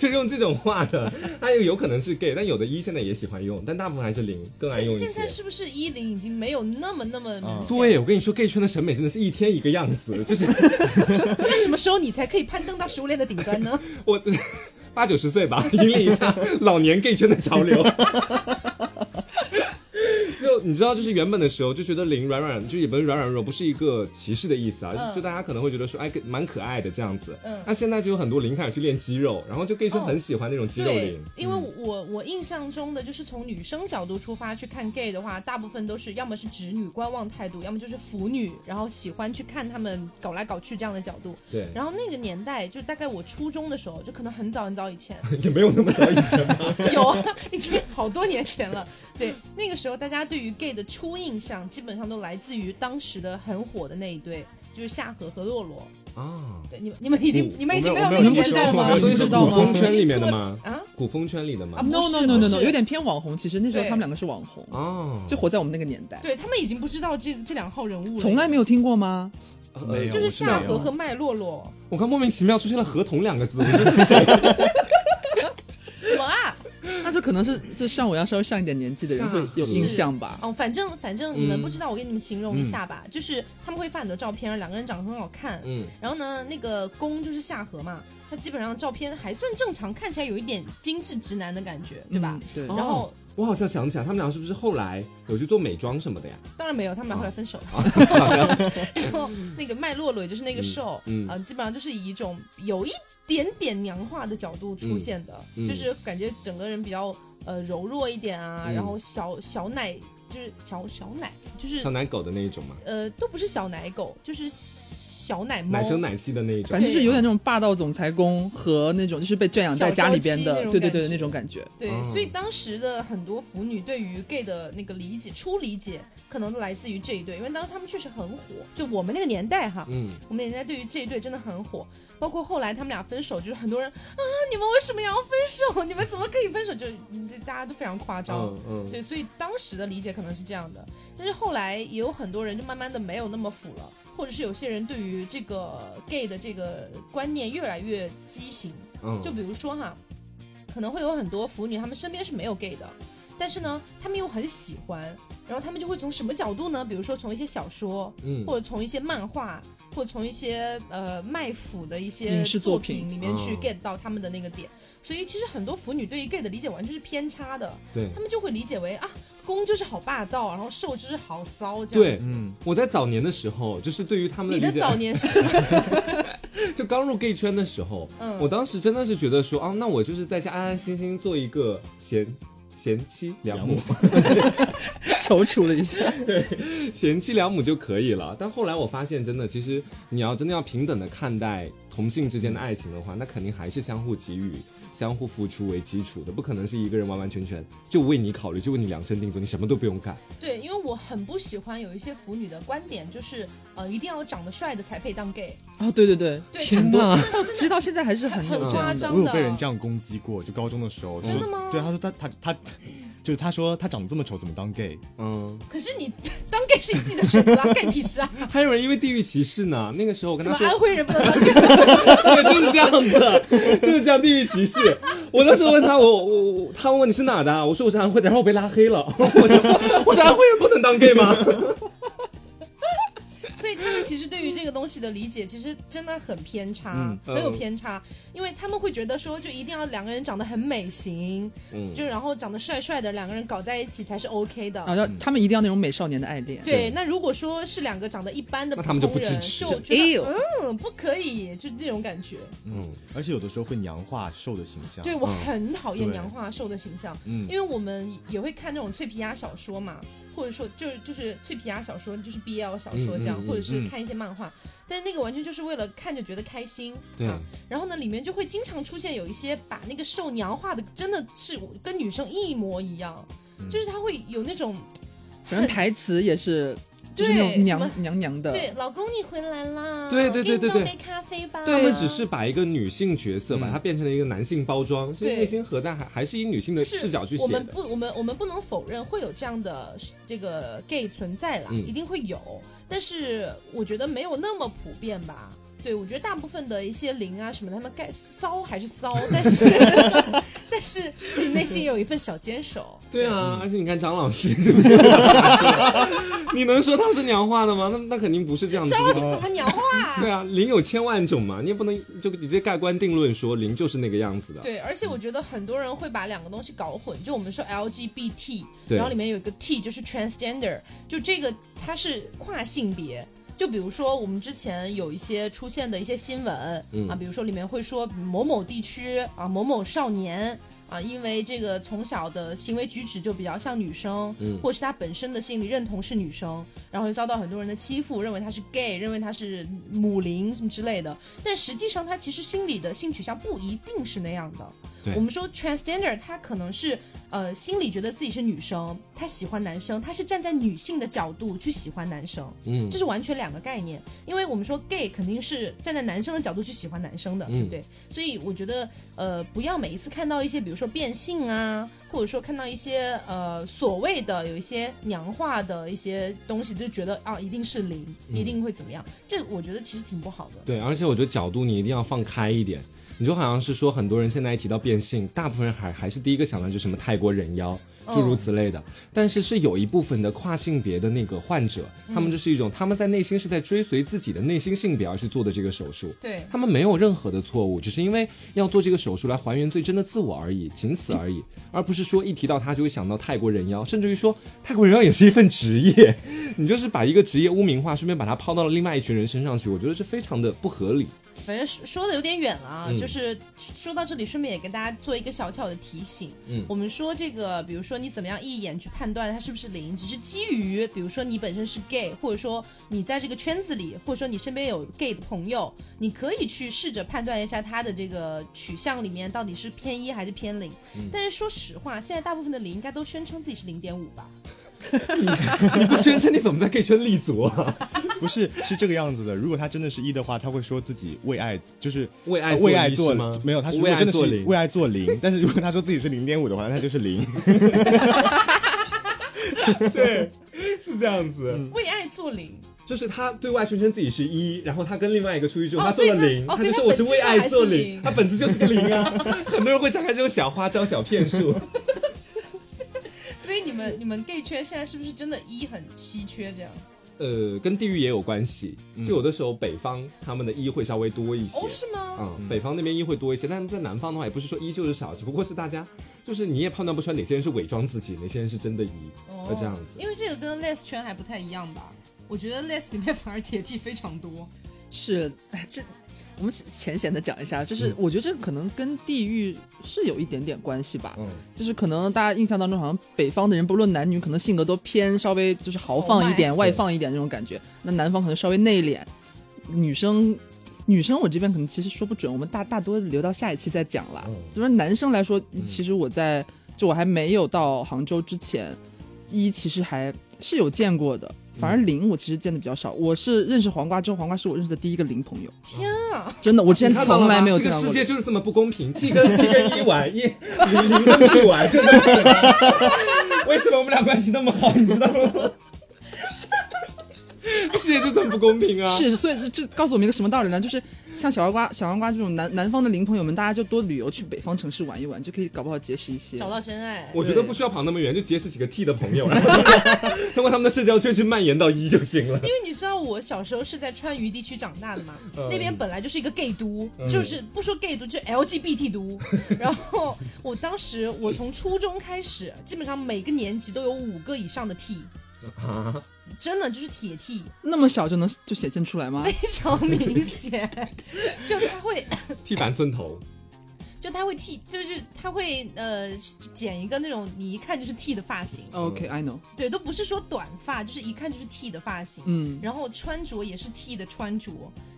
B: 就用这种话的，他也有可能是 gay，但有的一现在也喜欢用，但大部分还是零更爱用
A: 现
B: 一些。
A: 现在是不是一零已经没有那么那么明显？
B: 对，我跟你说，gay 圈的审美真的是一天一个样子，就是
A: 那什么时候你才可以攀登到食物链的顶端呢？
B: 我八九十岁吧，引领一下老年 gay 圈的潮流。就你知道，就是原本的时候就觉得零软软，就也不是软软弱，不是一个歧视的意思啊。
A: 嗯
B: 就大家可能会觉得说，哎，蛮可爱的这样子。
A: 嗯
B: 那现在就有很多零开始去练肌肉，然后就 gay 圈
A: 哦
B: 很喜欢那种肌肉嗯
A: 对
B: 零。，
A: 因为我我印象中的就是从女生角度出发去看 gay 的话，大部分都是要么是直女观望态度，要么就是腐女，然后喜欢去看他们搞来搞去这样的角度。
B: 对，
A: 然后那个年代，就大概我初中的时候，就可能很早很早以前，
B: 也没有那么早以前吧。
A: 有啊， *laughs* 已经好多年前了。对，那个时候大家对于 gay 的初印象，基本上都来自于当时的很火的那一对，就是夏荷和洛洛。
B: 啊，
A: 对，你们你们已经
B: 我
A: 你们已经
B: 我没有
A: 有那
B: 我
A: 个
B: 没有
A: 年代
C: 不
A: 吗
B: *laughs*
C: 熟？
B: 所以是
C: 知道
B: 古
C: 吗
B: 风圈里面的吗？
A: 啊，
B: 古风圈里的吗
A: 啊？
C: No
A: 不
C: no
A: 是
C: no no
A: 不
C: no，
A: 是
C: 有点偏网红。其实那时候
A: 对
C: 他们两个是网红，
B: 哦，
C: 就活在我们那个年代，
A: 对他们已经不知道这这两号人物了，
C: 从来没有听过吗？
B: 呃
D: 没有
A: 就是夏
D: 我
A: 荷
D: 是
A: 和麦洛
B: *laughs*
A: 洛
B: 我刚莫名其妙出现了“合同”两个字，我说
A: *laughs*
B: 是谁？
A: 什么啊？
C: 那这可能是就像我一样稍微上一点年纪的人
B: 像
C: 会有印象吧。
A: 哦，反正反正你们不知道，我给你们形容一
B: 嗯
A: 下吧，就是他们会发很多照片，两个人长得很好看，
B: 嗯，
A: 然后呢，那个公就是夏荷嘛，他基本上照片还算正常，看起来有一点精致直男的感觉，对吧？
C: 嗯？对
B: 哦，
A: 然后
B: 我好像想起来，他们俩是不是后来有去做美妆什么的呀？
A: 当然没有，他们俩后来分手了。 *laughs* 然后那个麦洛洛，也就是那个瘦，
B: 哦嗯嗯
A: 呃，基本上就是以一种有一点点娘化的角度出现的，
B: 嗯嗯
A: 就是感觉整个人比较呃柔弱一点啊，
B: 嗯
A: 然后小小奶就是小小奶，就是
B: 小奶狗的那一种嘛，
A: 呃都不是小奶狗，就是小奶猫
B: 奶声奶气的那一种
C: 反。正就是有点那种霸道总裁公和那种就是被圈养在家里边
A: 啊小娇
C: 的，
A: 妻
C: 对
A: 那种
C: 对
A: 感觉
C: 对那种感觉。
A: 对，
B: 哦
A: 所以当时的很多腐女对于 gay 的那个理解，初理解可能都来自于这一对，因为当时他们确实很火，就我们那个年代哈，
B: 嗯，
A: 我们年代对于这一对真的很火，包括后来他们俩分手，就是很多人啊，你们为什么要分手？ *laughs* 你们怎么可以分手？就嗯就大家都非常夸张。
B: 嗯嗯，
A: 对，所以当时的理解可能是这样的，但是后来也有很多人就慢慢的没有那么腐了，或者是有些人对于这个 gay 的这个观念越来越畸形，
B: 嗯，
A: 就比如说哈，可能会有很多腐女，她们身边是没有 gay 的，但是呢，她们又很喜欢，然后她们就会从什么角度呢？比如说从一些小说，
B: 嗯，
A: 或者从一些漫画，或者从一些呃卖腐的一些
C: 影视
A: 作
C: 作品
A: 里面去
B: 嗯
A: get 到他们的那个点。所以其实很多腐女对于 gay 的理解完全是偏差的，
B: 对
A: 他。们就会理解为啊，公就是好霸道，然后受就是好骚这样
B: 对
A: 子。，
D: 嗯，
B: 我在早年的时候，就是对于他们
A: 你
B: 的
A: 的
B: 理解，
A: 早年是什么？
B: *laughs* 就刚入 gay 圈的时候，
A: 嗯
B: 我当时真的是觉得说，啊，那我就是在家安安心心做一个贤贤妻良母，
C: 踌躇了一下，
B: 贤妻良母就可以了。但后来我发现，真的，其实你要真的要平等的看待同性之间的爱情的话，那肯定还是相互给予、相互付出为基础的，不可能是一个人完完全全就为你考虑，就为你量身定做，你什么都不用干。
A: 对，因为我很不喜欢有一些腐女的观点，就是呃，一定要长得帅的才配当 gay。
C: 啊，对对对，
A: 对，
B: 天哪
A: 真的
C: 其实到现在还是很
A: 很
C: 有这
A: 夸
C: 样的。
A: 张
D: 我有
A: 的。
D: 被人这样攻击过，就高中的时候，他
A: 真
D: 说
A: 的吗
D: 对，他说他他他，就是他说他长得这么丑，怎么当 gay？
B: 嗯，
A: 可是你当 gay 是你自己的选择啊，干你屁事啊！
B: 还有人因为地域歧视呢。那个时候我跟
A: 什么
B: 他说，
A: 安徽人不能当 gay？
B: 对，就是这样子，就是这样地域歧视。我那时候问他，我我我，他问我你是哪的啊，我说我是安徽的，然后我被拉黑了。 *laughs* 我说我是安徽人，不能当 gay 吗？
A: 所以他们其实对于这个东西的理解，其实真的很偏差
D: 嗯，
A: 很有偏差，因为他们会觉得说，就一定要两个人长得很美型，
B: 嗯
A: 就然后长得帅帅的，两个人搞在一起才是 OK 的。
C: 啊，
B: 嗯
C: 要他们一定要那种美少年的爱恋，
A: 对，那如果说是两个长得一般的
B: 那
A: 普
B: 他
A: 通
B: 们
A: 人，
B: 就不支持
A: 就
C: 哎
A: 觉
C: 呦
A: 得嗯不可以，就是那种感觉。
B: 嗯，
D: 而且有的时候会娘化瘦的形象。
A: 对，
B: 哦
A: 我很讨厌
D: 对
A: 娘化瘦的形象，
D: 嗯
A: 因为我们也会看那种脆皮鸭小说嘛，或者说就是就是脆皮鸭小说，就是 BL 小说这样，
B: 嗯嗯嗯
A: 或者是
D: 嗯
A: 看一些漫画，但是那个完全就是为了看着觉得开心，
B: 对
A: 啊。然后呢，里面就会经常出现有一些把那个瘦娘化的，真的是跟女生一模一样，
B: 嗯
A: 就是他会有那种
C: 反正台词也是就是那
A: 对
C: 种
A: 什
C: 娘娘娘的，
A: 对老公你回来啦，
B: 对对对对
A: 给
B: 对
A: 你倒杯咖啡吧，
B: 他们只是把一个女性角色，
D: 嗯
B: 把它变成了一个男性包装，所以
A: 对
B: 内心核弹还还是以女性的
A: 就是
B: 视角去
A: 我
B: 写
A: 们
B: 的。
A: 不，我们我们不能否认会有这样的这个 gay 存在啦，
B: 嗯
A: 一定会有。但是我觉得没有那么普遍吧。对，我觉得大部分的一些灵啊什么的，他们该骚还是骚，但是 *laughs* 但是自己内心有一份小坚守。
B: 对啊， *laughs* 而且你看张老师 *laughs* 是不是？你能说他是娘化的吗？那那肯定不是这样
A: *laughs*
B: 子
A: 张老师
B: 的。
A: 怎么鸟话？
B: 对啊，灵有千万种嘛，你也不能就直接盖棺定论说灵就是那个样子的。
A: 对，而且我觉得很多人会把两个东西搞混，就我们说 LGBT，
B: 对
A: 然后里面有一个 T 就是 transgender，就这个它是跨性别。就比如说我们之前有一些出现的一些新闻、
B: 嗯
A: 啊，比如说里面会说某某地区啊某某少年。啊，因为这个从小的行为举止就比较像女生，
B: 嗯
A: 或者是他本身的心理认同是女生，然后就遭到很多人的欺负，认为他是 gay，认为他是母灵什么之类的。但实际上，他其实心里的性取向不一定是那样的。
B: 对
A: 我们说 transgender，他可能是呃心里觉得自己是女生，他喜欢男生，他是站在女性的角度去喜欢男生，
B: 嗯
A: 这是完全两个概念。因为我们说 gay 肯定是站在男生的角度去喜欢男生的，对不对？所以我觉得呃，不要每一次看到一些比如说变性啊，或者说看到一些呃所谓的有一些娘化的一些东西，就觉得啊一定是零，一定会怎么样？这我觉得其实挺不好的。
B: 对，而且我觉得角度你一定要放开一点。你就好像是说，很多人现在一提到变性，大部分人还还是第一个想到就是什么泰国人妖，诸如此类的。但是是有一部分的跨性别的那个患者，他们就是一种、他们在内心是在追随自己的内心性别而去做的这个手术。
A: 对
B: 他们没有任何的错误，只是因为要做这个手术来还原最真的自我而已，仅此而已，而不是说一提到他就会想到泰国人妖，甚至于说泰国人妖也是一份职业，你就是把一个职业污名化，顺便把它抛到了另外一群人身上去，我觉得这非常的不合理。
A: 反正说说的有点远了啊，
B: 嗯
A: 就是说到这里，顺便也跟大家做一个小小的提醒。
B: 嗯
A: 我们说这个，比如说你怎么样一眼去判断它是不是零，只是基于比如说你本身是 gay，或者说你在这个圈子里，或者说你身边有 gay 的朋友，你可以去试着判断一下他的这个取向里面到底是偏一还是偏零。
B: 嗯
A: 但是说实话，现在大部分的零应该都宣称自己是零点五吧？
B: 你不宣称你怎么在 gay 圈立足啊？
D: 不是，是这个样子的。如果他真的是一的话，他会说自己为爱就是
B: 为爱
D: 呃
B: 做
D: 为爱
B: 一
D: 做
B: 是吗
D: 没有，他是
B: 为爱
D: 如果真的是
B: 做零
D: 为爱做零。但是如果他说自己是零点五的话，那他就是零。
B: 对，是这样子，
A: 为爱做零，
B: *laughs* 就是他对外宣称自己是一，然后他跟另外一个出去之后，
A: 哦
B: 他做了
A: 所
B: 零，
A: 以他哦
B: 他就说我是为爱做零，他
A: 所
B: 本质就是个零啊。 *laughs* 很多人会展开这种小花招、小骗术。
A: 所以你们你们 gay 圈现在是不是真的一很稀缺这样？
B: 呃，跟地域也有关系，就有的时候北方他们的一会稍微多一些。
A: 哦，是吗？
B: 嗯，北方那边一会多一些，但是在南方的话，也不是说一就是少，只不过是大家就是你也判断不出来哪些人是伪装自己，哪些人是真的一，
A: 哦
B: 就呃这样子。
A: 因为这个跟 les 圈还不太一样吧？我觉得 les 里面反而铁弟非常
B: 嗯
A: 多。
C: 是，哎，这我们浅显的讲一下，就是我觉得这个可能跟地域是有一点点关系吧。
D: 嗯
C: 就是可能大家印象当中，好像北方的人不论男女，可能性格都偏稍微就是豪放一点、
B: 迈
C: 外放一点这种感觉。那南方可能稍微内敛，女生。女生，我这边可能其实说不准，我们大大多留到下一期再讲啦。就是男生来说，其实我在就我还没有到杭州之前，一其实还是有见过的，反而零我其实见的比较少。
B: 嗯
C: 我是认识黄瓜之后，黄瓜是我认识的第一个零朋友，
A: 天啊，
C: 真的，我之前
B: 你看到了
C: 从
B: 吗
C: 来没有见
B: 这
C: 到
B: 个世
C: 过
B: 界。就是这么不公平，T 跟 T 跟一玩，一零零跟 P 玩，就这么简单。 *laughs* 为什么我们俩关系那么好，你知道吗？ *laughs* 世界就这么不公平啊！
C: 是，所以这这告诉我们一个什么道理呢？就是像小黄瓜、小黄瓜这种南南方的零朋友们，大家就多旅游去北方城市玩一玩，就可以搞不好结识一些。
A: 找到真爱。
B: 我觉得不需要跑那么远，就结识几个 T 的朋友，然后 *laughs* 通过他们的社交圈去蔓延到一就行了。
A: 因为你知道我小时候是在川渝地区长大的
B: *laughs*
A: 嘛，
B: 嗯
A: 那边本来就是一个 gay 都，就是不说 gay 都，就是 LGBT
B: *laughs*
A: 都。然后我当时我从初中开始，基本上每个年级都有五个以上的 T，
B: 啊，
A: 真的就是铁 T，
C: 那么小就能就显现出来吗？
B: 哎
A: 非常明显，
B: *laughs*
A: 就他会
B: 剃板寸头，
A: 就他会剃，就是他会呃剪一个那种你一看就是 T 的发型。
C: OK，I、know。
A: 对，都不是说短发，就是一看就是 T 的发型，
C: 嗯，
A: 然后穿着也是 T 的穿着，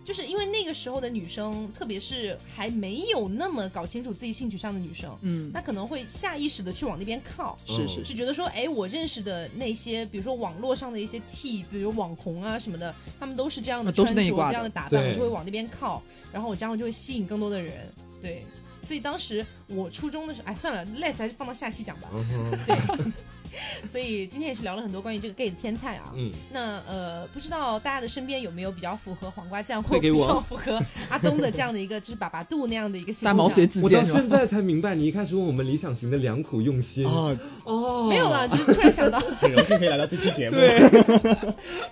A: 就是因为那个时候的女生，特别是还没有那么搞清楚自己性取向的女生，
C: 嗯，
A: 她可能会下意识的去往那边靠，
C: 是
B: 嗯
C: 是，
A: 就是觉得说，哎，我认识的那些，比如说网络上的一些 T，比如网红啊什么的，他们都是这样的
C: 啊都
A: 穿
C: 是
A: 着、
C: 那一挂的
A: 这样的打扮，
B: 对
A: 我就会往那边靠，然后我这样就会吸引更多的人，对。所以当时我初中的时候，哎，算了，let's 还是放到下期讲吧。对， *laughs* 所以今天也是聊了很多关于这个 gay 的天菜啊。
B: 嗯，
A: 那呃，不知道大家的身边有没有比较符合黄瓜酱或
B: 推给
A: 比
B: 我
A: 较符合阿东的这样的一个，就是爸爸肚那样的一个形
C: 大
A: 象？
C: 毛随自
B: 我到
C: 荐是
B: 现
C: 吧？
B: 在才明白你一开始问我们理想型的良苦用心
D: *laughs* 啊，
B: *laughs* 哦，
A: 没有了，就是突然想到。
D: 很荣幸可以来到这期节目。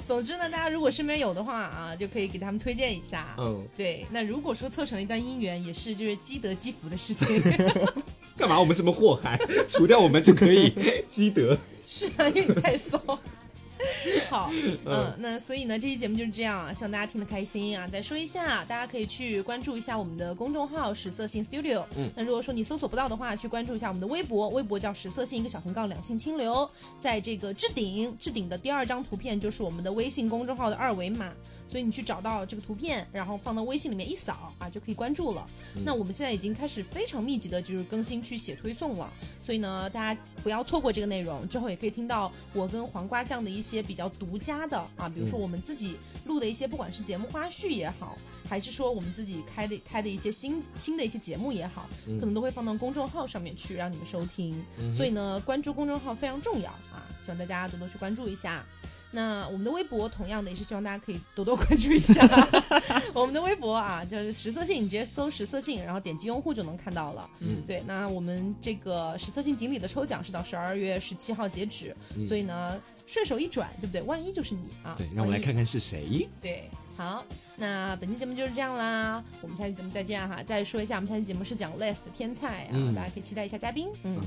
A: 总之呢，大家如果身边有的话啊，就可以给他们推荐一下。
B: 嗯，
A: 对，那如果说凑成了一段姻缘，也是就是积德积福的事情。
B: 干嘛？我们什么祸害？ *laughs* 除掉我们就可以积德。
A: 是啊，因为你太骚。好，嗯，那所以呢，这期节目就是这样啊，希望大家听得开心啊。再说一下，大家可以去关注一下我们的公众号“实色性 Studio”。
B: 嗯，
A: 那如果说你搜索不到的话，去关注一下我们的微博，微博叫“实色性一个小横杠两性清流”。在这个置顶，置顶的第二张图片就是我们的微信公众号的二维码，所以你去找到这个图片，然后放到微信里面一扫啊，就可以关注了。那我们现在已经开始非常密集的就是更新去写推送了。所以呢，大家不要错过这个内容，之后也可以听到我跟黄瓜酱的一些比较独家的啊，比如说我们自己录的一些，不管是节目花絮也好，还是说我们自己开的开的一些新新的一些节目也好，
B: 嗯
A: 可能都会放到公众号上面去让你们收听。所以呢，关注公众号非常重要啊，希望大家多多去关注一下。那我们的微博同样的也是希望大家可以多多关注一
B: *laughs*
A: 下我们的微博啊，就是实色性，你直接搜实色性，然后点击用户就能看到了。
B: 嗯
A: 对，那我们这个实测性锦鲤的抽奖是到十二月十七号截止，所以呢，顺手一转，对不对？万一就是你啊！
B: 嗯对，让我来
A: 万一
B: 看。看是谁。
A: 对，好，那本期节目就是这样啦，我们下期节目再见哈。再说一下，我们下期节目是讲 less 的天菜啊，
B: 嗯
A: 大家可以期待一下嘉宾。嗯，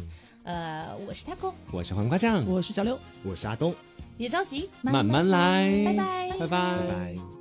A: 呃，我是 taco，
B: 我是黄瓜酱，
C: 我是小六。
D: 我是阿东，
A: 别着急，
B: 慢慢来，
A: 拜拜
B: 拜拜
D: 拜拜。